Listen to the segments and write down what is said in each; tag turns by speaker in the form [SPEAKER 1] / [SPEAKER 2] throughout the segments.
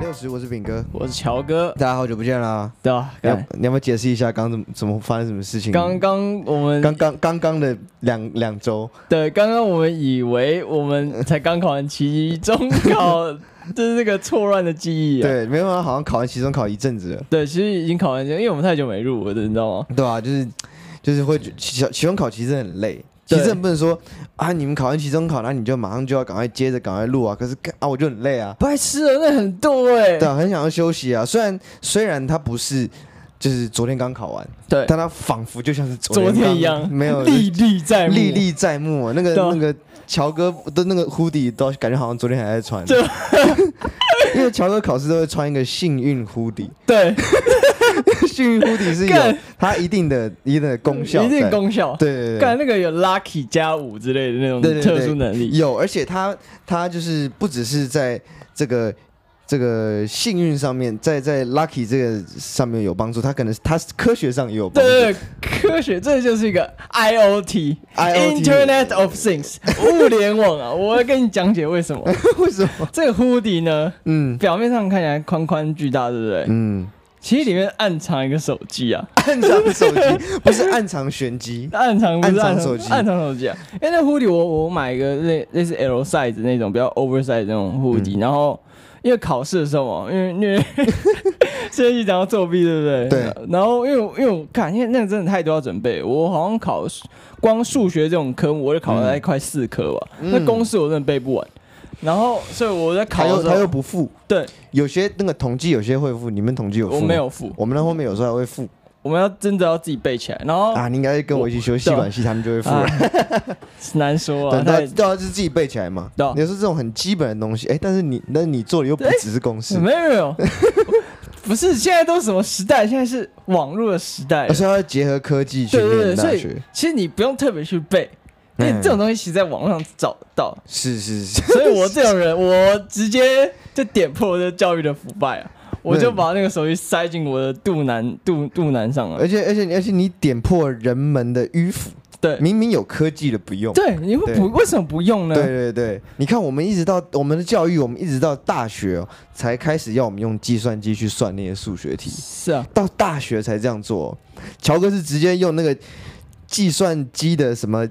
[SPEAKER 1] 六十，我是炳哥，哎
[SPEAKER 2] 我是乔哥，
[SPEAKER 1] 大家好久不见啦！
[SPEAKER 2] 对吧？
[SPEAKER 1] 你要
[SPEAKER 2] 干
[SPEAKER 1] 你要不要解释一下刚怎么怎么发生什么事情？
[SPEAKER 2] 刚刚我们
[SPEAKER 1] 刚刚刚刚的两两周，
[SPEAKER 2] 对，刚刚我们以为我们才刚考完期中 考，就是这个错乱的记忆、啊。
[SPEAKER 1] 对，没办法，好像考完期中考一阵子了，
[SPEAKER 2] 对，其实已经考完期，因为我们太久没入伍了，你知道吗？
[SPEAKER 1] 对吧、啊就是就是会觉期期中考其实很累，其
[SPEAKER 2] 对
[SPEAKER 1] 实不能说啊，你们考完期中考，然后你就马上就要赶快接着赶快录啊，可是干啊我就很累啊，
[SPEAKER 2] 白痴了，那很多哎、
[SPEAKER 1] 对啊，很想要休息啊。虽然虽然它不是就是昨天刚考完，
[SPEAKER 2] 对，
[SPEAKER 1] 但它仿佛就像是啊昨
[SPEAKER 2] 昨
[SPEAKER 1] 天
[SPEAKER 2] 天
[SPEAKER 1] 刚
[SPEAKER 2] 一样，
[SPEAKER 1] 没有
[SPEAKER 2] 历历在目，
[SPEAKER 1] 历历在目啊，那个
[SPEAKER 2] 对啊
[SPEAKER 1] 那个乔哥的那个 hoodie 都感觉好像昨天还在穿，
[SPEAKER 2] 对
[SPEAKER 1] 因为乔哥考试都会穿一个幸运 hoodie，
[SPEAKER 2] 对，
[SPEAKER 1] 幸运 hoodie 是有
[SPEAKER 2] 干
[SPEAKER 1] 它一定的一定的功效在，
[SPEAKER 2] 一定功效。
[SPEAKER 1] 对对对
[SPEAKER 2] 干
[SPEAKER 1] 对
[SPEAKER 2] 那个有 lucky 加五之类的那种
[SPEAKER 1] 对对
[SPEAKER 2] 特殊能力，
[SPEAKER 1] 有，而且它它就是不只是在这个。这个幸运上面，在在 lucky 这个上面有帮助，它可能它科学上也有帮
[SPEAKER 2] 对
[SPEAKER 1] 助。
[SPEAKER 2] 对对，科学这就是一个 IOT
[SPEAKER 1] IoT
[SPEAKER 2] Internet of Things 物联网啊！ 我要跟你讲解为什么
[SPEAKER 1] 为什么？
[SPEAKER 2] 这个 hoodie 呢，
[SPEAKER 1] 嗯
[SPEAKER 2] 表面上看起来宽宽巨大，对不对？
[SPEAKER 1] 嗯，
[SPEAKER 2] 其实里面暗藏一个手机啊，
[SPEAKER 1] 暗藏手机不是暗藏玄机，
[SPEAKER 2] 暗藏不是
[SPEAKER 1] 暗藏
[SPEAKER 2] 暗藏
[SPEAKER 1] 手机
[SPEAKER 2] 暗藏手机啊！因为那 hoodie 我我买一个类类似 L size 那种比较 oversize 那种
[SPEAKER 1] 嗯
[SPEAKER 2] hoodie，、然后因为考试的时候嘛，因为因为 现在一讲要作弊，对不对？
[SPEAKER 1] 对。
[SPEAKER 2] 然后因为我因为我看，因为那个真的太多要准备，我好像考光数学这种科目，我就考了大概快四科吧。
[SPEAKER 1] 嗯
[SPEAKER 2] 那公式我真的背不完，然后所以我在 考
[SPEAKER 1] 他
[SPEAKER 2] 的
[SPEAKER 1] 又
[SPEAKER 2] 时
[SPEAKER 1] 他又
[SPEAKER 2] 候，
[SPEAKER 1] 不付，
[SPEAKER 2] 对
[SPEAKER 1] 有些那个统计有些会付，你们统计有付？
[SPEAKER 2] 我没，有付，
[SPEAKER 1] 我们那后面有时候还会付
[SPEAKER 2] 我们要真的要自己背起来。然后
[SPEAKER 1] 啊。你应该跟我一起修戏管系，
[SPEAKER 2] 哦
[SPEAKER 1] 他们就会付了。
[SPEAKER 2] 哎难说啊，
[SPEAKER 1] 等到
[SPEAKER 2] 太
[SPEAKER 1] 到就是自己背起来嘛。
[SPEAKER 2] 对啊
[SPEAKER 1] 你说这种很基本的东西，哎，但是你那你做的又不只是公式，
[SPEAKER 2] 没有没有， 不是现在都什么时代？现在是网络的时代
[SPEAKER 1] 而，是要结合科技去
[SPEAKER 2] 对对对，
[SPEAKER 1] 念
[SPEAKER 2] 所
[SPEAKER 1] 大
[SPEAKER 2] 以
[SPEAKER 1] 学。
[SPEAKER 2] 其实你不用特别去背，因为
[SPEAKER 1] 嗯
[SPEAKER 2] 这种东西其实在网络上找得到。
[SPEAKER 1] 是是是，
[SPEAKER 2] 所以我这种人，我直接就点破这教育的腐败啊！我就把那个手机塞进我的肚腩肚肚腩上了
[SPEAKER 1] 而。且而且而且你点破人们的迂腐，
[SPEAKER 2] 对
[SPEAKER 1] 明明有科技的不用。
[SPEAKER 2] 对，啊你会不为什么不用呢？
[SPEAKER 1] 对对对，你看我们一直到我们的教育，我们一直到大学、哦、才开始要我们用计算机去算那些数学题。
[SPEAKER 2] 是啊，
[SPEAKER 1] 到大学才这样做哦、乔哥是直接用那个计算机的什么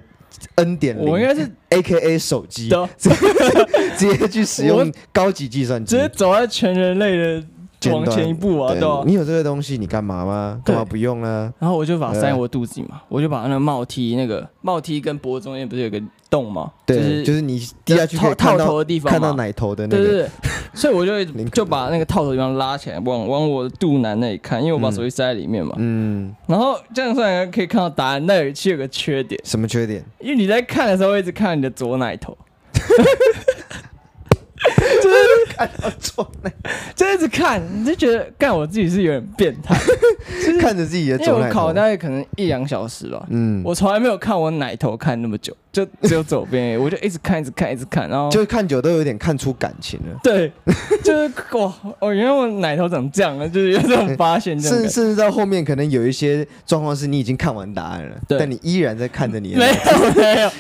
[SPEAKER 1] N 点
[SPEAKER 2] 我应
[SPEAKER 1] 零
[SPEAKER 2] 该是
[SPEAKER 1] ，A K A 手机，
[SPEAKER 2] 的
[SPEAKER 1] 直接去使
[SPEAKER 2] 我
[SPEAKER 1] 用高级计算机
[SPEAKER 2] 直。接走在全人类的
[SPEAKER 1] 尖
[SPEAKER 2] 往
[SPEAKER 1] 端
[SPEAKER 2] 前一步啊，对吧？
[SPEAKER 1] 你有这个东西，你干嘛吗？干嘛
[SPEAKER 2] 对
[SPEAKER 1] 不用啊呢？
[SPEAKER 2] 然后我就
[SPEAKER 1] 哎
[SPEAKER 2] 把它塞我肚子里嘛，我就把那个帽 T 那个帽 T 跟脖子中间不是有个洞吗？
[SPEAKER 1] 对，就是你低下去可
[SPEAKER 2] 套
[SPEAKER 1] 以看
[SPEAKER 2] 套
[SPEAKER 1] 到
[SPEAKER 2] 头的地方嘛，
[SPEAKER 1] 看到奶头的那
[SPEAKER 2] 对对
[SPEAKER 1] 个，
[SPEAKER 2] 对，所以我就
[SPEAKER 1] 林肯
[SPEAKER 2] 就把那个套头地方拉起来，往往我的肚腩那里看，因为我把手机塞在里面嘛。
[SPEAKER 1] 嗯，
[SPEAKER 2] 然后这样算来可以看到答案，那里其实有个缺点，
[SPEAKER 1] 什么缺 点？
[SPEAKER 2] 因为你在看的时候会一直看到你的左奶头，就是
[SPEAKER 1] 看到错，
[SPEAKER 2] 就一直看，你就觉得干我自己是有点变态，就是
[SPEAKER 1] 看着自己的
[SPEAKER 2] 因 为
[SPEAKER 1] 左
[SPEAKER 2] 我
[SPEAKER 1] 奶
[SPEAKER 2] 考
[SPEAKER 1] 头
[SPEAKER 2] 大。概可能一两小时吧，
[SPEAKER 1] 嗯，
[SPEAKER 2] 我从来没有看我奶头看那么久，就只有左边而已，我就一直看，一直看，一直看，然后
[SPEAKER 1] 就看久都有点看出感情了。
[SPEAKER 2] 对，就是哇，哦，原来我奶头长这样啊，就是有这种发现，这种
[SPEAKER 1] 甚
[SPEAKER 2] 感觉
[SPEAKER 1] 甚至到后面，可能有一些状况是你已经看完答案了，
[SPEAKER 2] 对
[SPEAKER 1] 但你依然在看着你的
[SPEAKER 2] 没
[SPEAKER 1] 奶
[SPEAKER 2] 有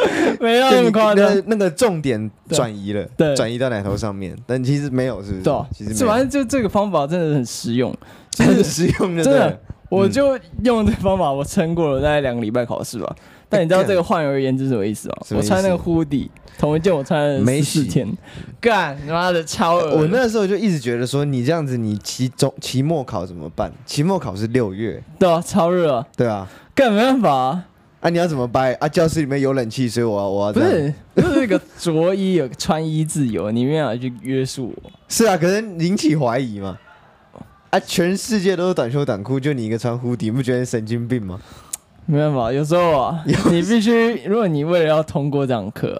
[SPEAKER 2] 没有没有
[SPEAKER 1] 就
[SPEAKER 2] 那
[SPEAKER 1] 你
[SPEAKER 2] 么夸张
[SPEAKER 1] 那，那个重点转移了，
[SPEAKER 2] 对
[SPEAKER 1] 转移到奶头上面，但其实没有，是不是？
[SPEAKER 2] 对啊
[SPEAKER 1] 其实，
[SPEAKER 2] 这
[SPEAKER 1] 没
[SPEAKER 2] 反
[SPEAKER 1] 有嗯
[SPEAKER 2] 正就这个方法真的很实用，就
[SPEAKER 1] 很
[SPEAKER 2] 是
[SPEAKER 1] 实用的，
[SPEAKER 2] 真的，我就用这方法，我撑过了大概两个礼拜考试吧。但你知道这个换而言之什么意思吗？
[SPEAKER 1] 哎什么
[SPEAKER 2] 我
[SPEAKER 1] 意思
[SPEAKER 2] 穿那个 hoodie，同一件我穿
[SPEAKER 1] 没
[SPEAKER 2] 了
[SPEAKER 1] 洗
[SPEAKER 2] 四天，干他妈的超恶
[SPEAKER 1] 我那时候就一直觉得说，你这样子，你期中、期末考怎么办？期末考是六月，
[SPEAKER 2] 对啊，超热啊，
[SPEAKER 1] 对啊，
[SPEAKER 2] 干没办法啊。
[SPEAKER 1] 啊，你要怎么掰啊？教室里面有冷气，所以我要我要
[SPEAKER 2] 不
[SPEAKER 1] 这样
[SPEAKER 2] 是，就是那个着衣有个穿衣自由，你没办法去约束我。
[SPEAKER 1] 是啊，可能引起怀疑嘛。啊！全世界都是短袖短裤，就你一个穿 hoodie，你不觉得神经病吗？
[SPEAKER 2] 没办法，有时 候啊，你必须，如果你为了要通过这堂课，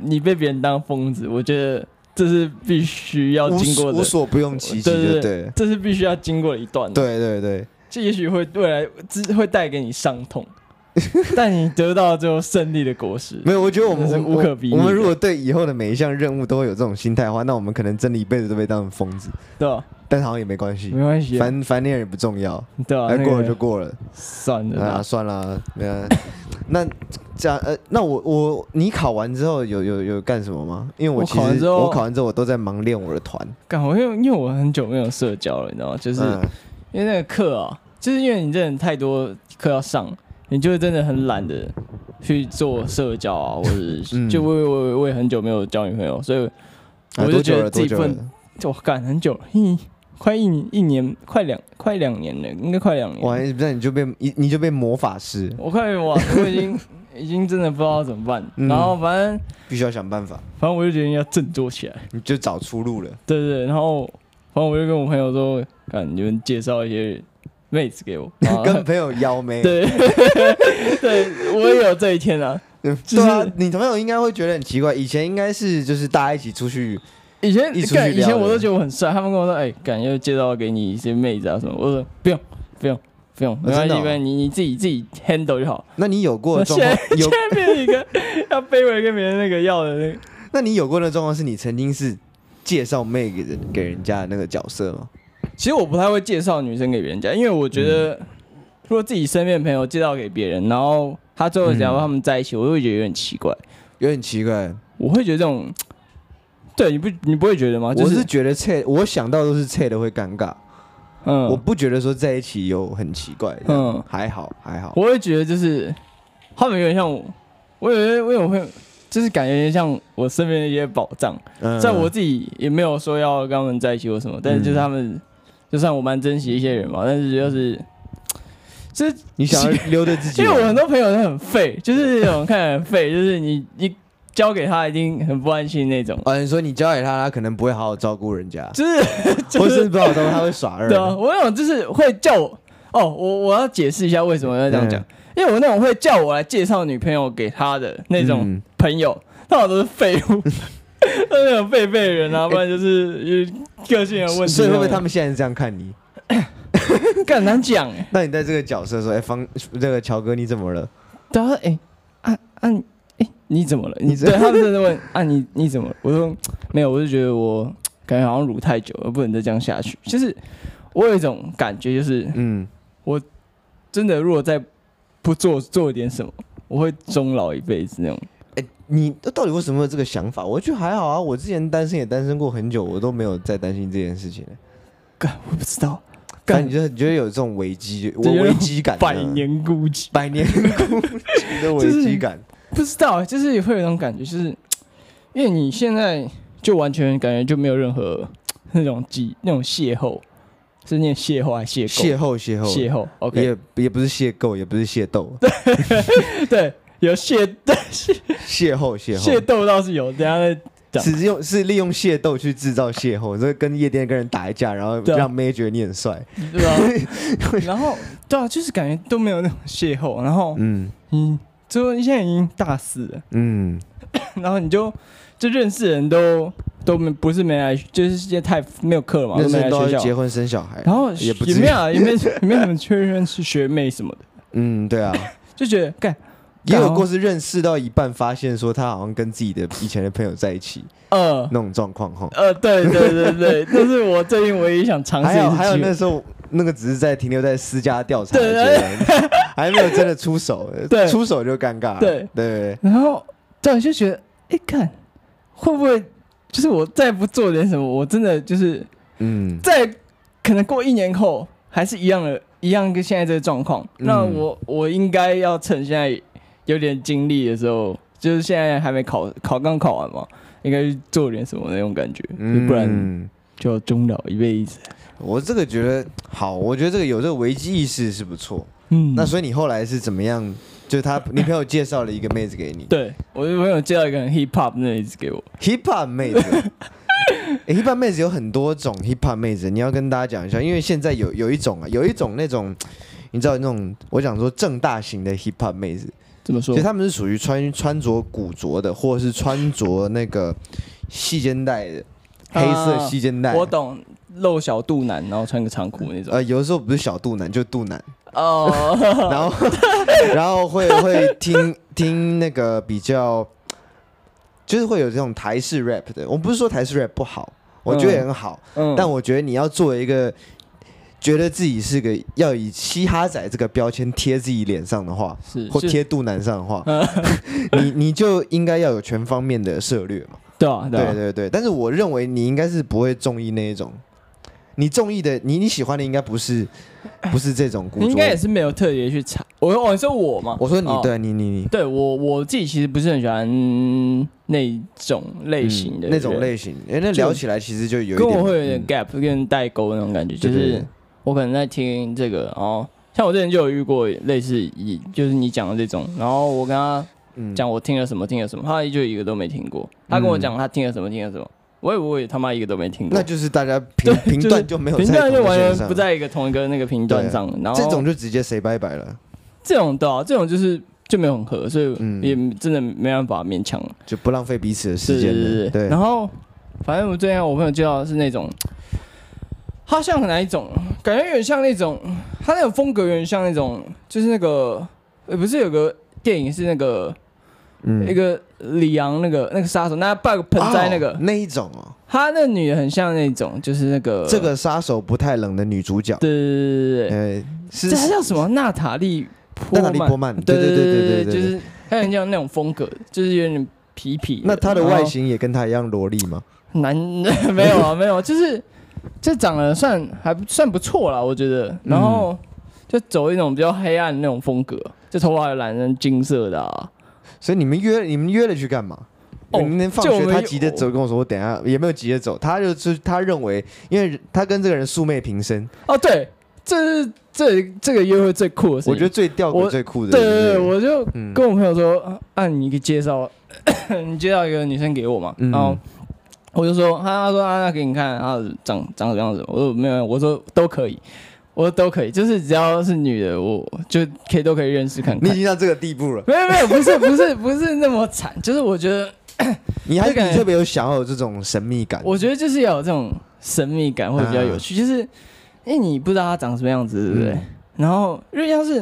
[SPEAKER 2] 你被别人当疯子，我觉得这是必须要
[SPEAKER 1] 无
[SPEAKER 2] 哦经过
[SPEAKER 1] 所
[SPEAKER 2] 的
[SPEAKER 1] 无，所不用其极，就
[SPEAKER 2] 对
[SPEAKER 1] 对了
[SPEAKER 2] 这是必须要经过的一段的。，
[SPEAKER 1] 对对对，
[SPEAKER 2] 这也许会未来这会带给你 伤痛，但你得到最后胜利的果实。
[SPEAKER 1] 没有，我觉得我们
[SPEAKER 2] 真的是 无可比拟
[SPEAKER 1] 我
[SPEAKER 2] 的
[SPEAKER 1] 们我们如果对以后的每一项任务都会有这种心态的话，那我们可能真的一辈子都被当成疯子。
[SPEAKER 2] 对吧？
[SPEAKER 1] 但是好像也没关系，
[SPEAKER 2] 没关系啊，
[SPEAKER 1] 反正反正也不重要，
[SPEAKER 2] 对吧？
[SPEAKER 1] 哎，
[SPEAKER 2] 那
[SPEAKER 1] 过
[SPEAKER 2] 个
[SPEAKER 1] 了就过了，
[SPEAKER 2] 算了
[SPEAKER 1] 啊，
[SPEAKER 2] 啦。
[SPEAKER 1] 算了，没有。那假呃，那我我你考完之后有有有干什么吗？因为
[SPEAKER 2] 我
[SPEAKER 1] 我其
[SPEAKER 2] 考完
[SPEAKER 1] 实
[SPEAKER 2] 之后
[SPEAKER 1] 我考完之后我都在忙练我的团，
[SPEAKER 2] 干我因为因为我很久没有社交了，你知道吗？就是、
[SPEAKER 1] 嗯
[SPEAKER 2] 因为那个课啊，就是因为你真的太多课要上，你就会真的很懒得去做社交啊，或者是、
[SPEAKER 1] 嗯
[SPEAKER 2] 就我我我也很久没有交女朋友，所以
[SPEAKER 1] 啊
[SPEAKER 2] 我就
[SPEAKER 1] 多
[SPEAKER 2] 觉
[SPEAKER 1] 久
[SPEAKER 2] 得
[SPEAKER 1] 了？
[SPEAKER 2] 自
[SPEAKER 1] 多
[SPEAKER 2] 己
[SPEAKER 1] 久
[SPEAKER 2] 不能
[SPEAKER 1] 了？
[SPEAKER 2] 就我干很久了，一快一年一年快两快两年了，应该快两年了。
[SPEAKER 1] 哇，那你就被你你就被魔法师，
[SPEAKER 2] 我快哇，我已经 已经真的不知道怎么办。
[SPEAKER 1] 嗯
[SPEAKER 2] 然后反正
[SPEAKER 1] 必须要想办法，
[SPEAKER 2] 反正我就决定要振作起来，
[SPEAKER 1] 你就找出路了。
[SPEAKER 2] 对对对。然后反正我就跟我朋友说，看你们介绍一些妹子给我，然后
[SPEAKER 1] 跟朋友邀妹，
[SPEAKER 2] 对 对，我也有这一天啊。
[SPEAKER 1] 嗯
[SPEAKER 2] 就是
[SPEAKER 1] 对啊，你朋友应该会觉得很奇怪。以前应该是就是大家一起出去，
[SPEAKER 2] 以前
[SPEAKER 1] 一出去
[SPEAKER 2] 干以
[SPEAKER 1] 撩
[SPEAKER 2] 前我
[SPEAKER 1] 人
[SPEAKER 2] 都觉得我很帅，他们跟我说，哎、感觉介绍给你一些妹子啊什么，我说不用不用不用，没
[SPEAKER 1] 真
[SPEAKER 2] 关系
[SPEAKER 1] 的哦
[SPEAKER 2] 没关系，你你自己自己 handle 就 好。
[SPEAKER 1] 那你有过
[SPEAKER 2] 我
[SPEAKER 1] 的
[SPEAKER 2] 现
[SPEAKER 1] 状况
[SPEAKER 2] 在
[SPEAKER 1] 有
[SPEAKER 2] 现？在变一 个要卑微跟别人那个要的那个。
[SPEAKER 1] 那你有过的状况是你曾经是介绍妹给人给人家的那个角色吗？
[SPEAKER 2] 其实我不太会介绍女生给别人家，因为我觉得如果自己身边的朋友介绍给别人，然后他最后讲
[SPEAKER 1] 嗯
[SPEAKER 2] 他们在一起，我会觉得有点奇怪。
[SPEAKER 1] 有点奇怪，
[SPEAKER 2] 我会觉得这种，对你不你不会觉得吗？啊就
[SPEAKER 1] 我是觉得菜，我想到都是菜的会尴尬，
[SPEAKER 2] 嗯，
[SPEAKER 1] 我不觉得说在一起有很奇怪，嗯
[SPEAKER 2] 嗯，
[SPEAKER 1] 还好还好，
[SPEAKER 2] 我会觉得就是他们有点像我，我有为我有朋友就是感觉有点像我身边的一些宝藏，
[SPEAKER 1] 嗯
[SPEAKER 2] 在我自己也没有说要跟他们在一起或什么，但是就是他们，就算我蛮珍惜一些人嘛，但是就是。就是
[SPEAKER 1] 你想要溜着自己
[SPEAKER 2] 因为
[SPEAKER 1] 玩，
[SPEAKER 2] 我很多朋友都很废，就是那种看起来很废，就是你你交给他一定很不安心那种，
[SPEAKER 1] 啊，你说你交给他，他可能不会好好照顾人家，
[SPEAKER 2] 就是
[SPEAKER 1] 或
[SPEAKER 2] 就是
[SPEAKER 1] 不好照顾他会耍二
[SPEAKER 2] 对啊，，我那种就是会叫我哦，我我要解释一下为什么要这样
[SPEAKER 1] 嗯
[SPEAKER 2] 讲，因为我那种会叫我来介绍女朋友给他的那种
[SPEAKER 1] 嗯
[SPEAKER 2] 朋友，那我都是废物， 那种废废人啊，不然就是有个性的问题。
[SPEAKER 1] 所以会不会他们现在是这样看你？
[SPEAKER 2] 更难讲哎、
[SPEAKER 1] 那你在这个角色的时候，哎，方这个乔哥你怎么了？
[SPEAKER 2] 对啊，他说哎啊啊你哎你怎么了？
[SPEAKER 1] 你
[SPEAKER 2] 你
[SPEAKER 1] 这
[SPEAKER 2] 对他们 真的问啊你你怎么了？我说没有，我就觉得我感觉好像撸太久了，不能再这样下去。就是我有一种感觉，就是
[SPEAKER 1] 嗯，
[SPEAKER 2] 真的，如果再不做做点什么，我会终老一辈子那种。
[SPEAKER 1] 哎，你到底为什么有这个想法？我觉得还好啊，我之前单身也单身过很久，我都没有再担心这件事情。
[SPEAKER 2] 干，我不知道，
[SPEAKER 1] 但
[SPEAKER 2] 干
[SPEAKER 1] 你就你觉得有这种危机，
[SPEAKER 2] 这
[SPEAKER 1] 危
[SPEAKER 2] 就是
[SPEAKER 1] 危机感啊，
[SPEAKER 2] 百年孤寂，
[SPEAKER 1] 百年孤寂的危机感。
[SPEAKER 2] 不知道，就是会有那种感觉，就是因为你现在就完全感觉就没有任何那种记那种邂逅，是念邂逅还是邂
[SPEAKER 1] 邂逅，邂
[SPEAKER 2] 逅？
[SPEAKER 1] 逅，
[SPEAKER 2] 逅，OK，
[SPEAKER 1] 也也不是邂逅，也不是械斗，
[SPEAKER 2] 对，有邂
[SPEAKER 1] 邂逅，邂
[SPEAKER 2] 邂
[SPEAKER 1] 逅，
[SPEAKER 2] 逅倒是有，等一下再讲
[SPEAKER 1] 是用是利用械斗去制造邂逅，这跟夜店跟人打一架，然后
[SPEAKER 2] 对啊
[SPEAKER 1] 让妹觉得你很帅。
[SPEAKER 2] 对吧？然后对啊，就是感觉都没有那种邂逅，然后
[SPEAKER 1] 嗯
[SPEAKER 2] 你最后你现在已经大四了。
[SPEAKER 1] 嗯，
[SPEAKER 2] 然后你就就认识的人都都没不是没来，就是现在太没有课了嘛，
[SPEAKER 1] 那
[SPEAKER 2] 都没
[SPEAKER 1] 时
[SPEAKER 2] 来
[SPEAKER 1] 候都
[SPEAKER 2] 学
[SPEAKER 1] 要结
[SPEAKER 2] 校。
[SPEAKER 1] 婚生小孩，
[SPEAKER 2] 然后
[SPEAKER 1] 也不
[SPEAKER 2] 也
[SPEAKER 1] 至于
[SPEAKER 2] 没有啊也没也没什么确认是学妹什么的，
[SPEAKER 1] 嗯，对啊，
[SPEAKER 2] 就觉得干
[SPEAKER 1] 也有
[SPEAKER 2] 干
[SPEAKER 1] 过是认识到一半，发现说他好像跟自己的以前的朋友在一起
[SPEAKER 2] 呃
[SPEAKER 1] 那种状况哈。
[SPEAKER 2] 呃，对对对对，这是我最近唯一想尝试
[SPEAKER 1] 还
[SPEAKER 2] 一
[SPEAKER 1] 有
[SPEAKER 2] 次
[SPEAKER 1] 还有
[SPEAKER 2] 机会
[SPEAKER 1] 那时候那个只是在停留在私家调查的
[SPEAKER 2] 对
[SPEAKER 1] 阶段， 还没有真的出手，
[SPEAKER 2] 对
[SPEAKER 1] 出手就尴尬了。
[SPEAKER 2] 对
[SPEAKER 1] 对，
[SPEAKER 2] 然后对就觉得哎看会不会就是我再不做点什么，我真的就是
[SPEAKER 1] 嗯，
[SPEAKER 2] 再可能过一年后还是一样的，一样跟现在这个状况，
[SPEAKER 1] 嗯
[SPEAKER 2] 那我我应该要趁现在有点精力的时候，就是现在还没考考刚考完嘛，应该去做点什么那种感觉，
[SPEAKER 1] 嗯
[SPEAKER 2] 不然就终老一辈子。
[SPEAKER 1] 我这个觉得好，我觉得这个有这个危机意识是不错。
[SPEAKER 2] 嗯，
[SPEAKER 1] 那所以你后来是怎么样？就是他，你朋友介绍了一个妹子给你
[SPEAKER 2] 对我有朋友介绍一个很 hip hop 那一次给我，
[SPEAKER 1] ，hip hop 妹子。诶 hip hop 妹子有很多种 hip hop 妹子，你要跟大家讲一下，因为现在有有一种啊，有一种那种，你知道那种我讲说正大型的 hip hop 妹子，
[SPEAKER 2] 怎么说
[SPEAKER 1] 其实？他们是属于穿穿着古着的，或者是穿着那个细肩带的，
[SPEAKER 2] 啊
[SPEAKER 1] 黑色细肩带。
[SPEAKER 2] 我懂，露小肚腩，然后穿个长裤那种。
[SPEAKER 1] 呃，有的时候不是小肚腩，就肚 腩，
[SPEAKER 2] 哦，
[SPEAKER 1] 然后然后会会听听那个比较，就是会有这种台式 rap 的。我不是说台式 rap 不好，我觉得也很好，
[SPEAKER 2] 嗯
[SPEAKER 1] 但我觉得你要做一个觉得自己是个要以嘻哈仔这个标签贴自己脸上的话，
[SPEAKER 2] 是嗯
[SPEAKER 1] 或
[SPEAKER 2] 就
[SPEAKER 1] 贴肚腩上的话， 你你就应该要有全方面的涉略嘛。
[SPEAKER 2] 对啊，对
[SPEAKER 1] 对
[SPEAKER 2] 啊，
[SPEAKER 1] 对对，但是我认为你应该是不会中意那一种，你中意的你你喜欢的应该不是不是这种古
[SPEAKER 2] 哎你
[SPEAKER 1] 着。
[SPEAKER 2] 应该也是没有特别去查。我我说我嘛，
[SPEAKER 1] 我说你
[SPEAKER 2] 哦
[SPEAKER 1] 对你你你
[SPEAKER 2] 对我我自己其实不是很喜欢嗯那种类型的
[SPEAKER 1] 嗯那种
[SPEAKER 2] 人
[SPEAKER 1] 类型，因为那
[SPEAKER 2] 就
[SPEAKER 1] 聊起来其实就有一点
[SPEAKER 2] 跟我会有点
[SPEAKER 1] 嗯
[SPEAKER 2] gap，跟代沟那种感觉，就
[SPEAKER 1] 对对
[SPEAKER 2] 是
[SPEAKER 1] 对
[SPEAKER 2] 我可能在听这个，然后像我之前就有遇过类似以就是你讲的这种，然后我跟他
[SPEAKER 1] 嗯
[SPEAKER 2] 讲我听了什么听了什么，他就一个都没听过，他跟我
[SPEAKER 1] 嗯
[SPEAKER 2] 讲他听了什么听了什么，我也我也他妈一个都没听过
[SPEAKER 1] 那，就是大家评评
[SPEAKER 2] 就是
[SPEAKER 1] 断就没有
[SPEAKER 2] 频
[SPEAKER 1] 在同
[SPEAKER 2] 段
[SPEAKER 1] 一
[SPEAKER 2] 就
[SPEAKER 1] 个
[SPEAKER 2] 完
[SPEAKER 1] 线
[SPEAKER 2] 全
[SPEAKER 1] 上
[SPEAKER 2] 不在一个同一个那个频段
[SPEAKER 1] 对啊
[SPEAKER 2] 上，然后
[SPEAKER 1] 这种就直接谁拜拜了，
[SPEAKER 2] 这种的、啊，这种就是就没有很合，所以
[SPEAKER 1] 嗯
[SPEAKER 2] 也真的没办法勉强。
[SPEAKER 1] 就不浪费彼此的
[SPEAKER 2] 对
[SPEAKER 1] 时
[SPEAKER 2] 对
[SPEAKER 1] 间
[SPEAKER 2] 对
[SPEAKER 1] 了。
[SPEAKER 2] 对对。
[SPEAKER 1] 对，
[SPEAKER 2] 然后，反正我最近我朋友介绍的是那种，他像哪一种？感觉有点像那种，他那种风格有点像那种，就是那个，呃，不是有个电影是那个、那
[SPEAKER 1] 嗯，
[SPEAKER 2] 个李昂那个那个杀手，那半个盆栽那个，
[SPEAKER 1] 哦那一种哦，
[SPEAKER 2] 他那女的很像那种，就是那个
[SPEAKER 1] 这，个杀手不太冷的女主角，
[SPEAKER 2] 呃对对对对对
[SPEAKER 1] 呃，是
[SPEAKER 2] 对，这她叫什么？娜塔莉波
[SPEAKER 1] 娜塔莉波曼
[SPEAKER 2] 对
[SPEAKER 1] 对
[SPEAKER 2] 对
[SPEAKER 1] 对对对对
[SPEAKER 2] 对，就是她很像那种风格，就是有点痞痞。
[SPEAKER 1] 那她的
[SPEAKER 2] 然后
[SPEAKER 1] 外形也跟她一样萝莉吗？
[SPEAKER 2] 男 没有啊，没有，就是这长得算还不算不错啦，我觉得。然
[SPEAKER 1] 嗯
[SPEAKER 2] 后就走一种比较黑暗的那种风格，就头发染成金色的啊。
[SPEAKER 1] 所以你们约你们约了去干嘛？
[SPEAKER 2] 哦
[SPEAKER 1] 你们那放
[SPEAKER 2] 就我
[SPEAKER 1] 学
[SPEAKER 2] 们
[SPEAKER 1] 他急着走跟我说，我等一下也没有急着走，他就是他认为，因为他跟这个人素昧平生，
[SPEAKER 2] 哦，对，这是这这个约会最酷的事情。
[SPEAKER 1] 我觉得最吊
[SPEAKER 2] 我
[SPEAKER 1] 诡最酷的，
[SPEAKER 2] 对
[SPEAKER 1] 就
[SPEAKER 2] 对
[SPEAKER 1] 是
[SPEAKER 2] 对，我就
[SPEAKER 1] 嗯
[SPEAKER 2] 跟我朋友说，啊，你给介绍， 你介绍一个女生给我嘛，
[SPEAKER 1] 嗯
[SPEAKER 2] 然后。我就说，他他说啊，那给你看，啊，长长什么样子？我说没有，我说都可以，我说都可以，就是只要是女的，我就可以都可以认识看
[SPEAKER 1] 你
[SPEAKER 2] 看
[SPEAKER 1] 已。经到这个地步了，
[SPEAKER 2] 没有没有，不是不是不是那么惨，就是我觉得，
[SPEAKER 1] 你还
[SPEAKER 2] 这个
[SPEAKER 1] 你特别有想要有这种神秘感，
[SPEAKER 2] 我觉得就是要有这种神秘感会比较有趣，就是因为你不知道他长什么样子，对不对？
[SPEAKER 1] 啊嗯
[SPEAKER 2] 然后因为要是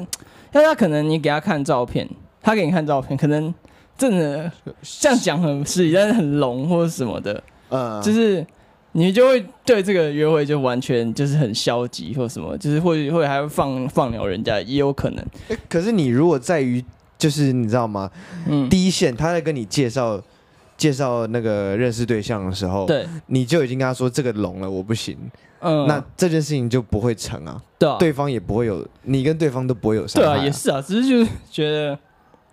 [SPEAKER 2] 要他可能你给他看照片，他给你看照片，可能真的这样讲很失礼，但是很聋或者什么的，
[SPEAKER 1] 呃，
[SPEAKER 2] 就是你就会对这个约会就完全就是很消极或什么，就是会会还会放放鸟人家也有可能，
[SPEAKER 1] 诶可是你如果在于就是你知道吗？
[SPEAKER 2] 嗯，
[SPEAKER 1] 第一线他在跟你介绍介绍那个认识对象的时候，
[SPEAKER 2] 对，
[SPEAKER 1] 你就已经跟他说这个聋了，我不行，
[SPEAKER 2] 嗯，
[SPEAKER 1] 那这件事情就不会成啊，
[SPEAKER 2] 对啊
[SPEAKER 1] 对方也不会有，你跟对方都不会有伤
[SPEAKER 2] 对
[SPEAKER 1] 害、
[SPEAKER 2] 啊，也，是啊，只是就是觉得。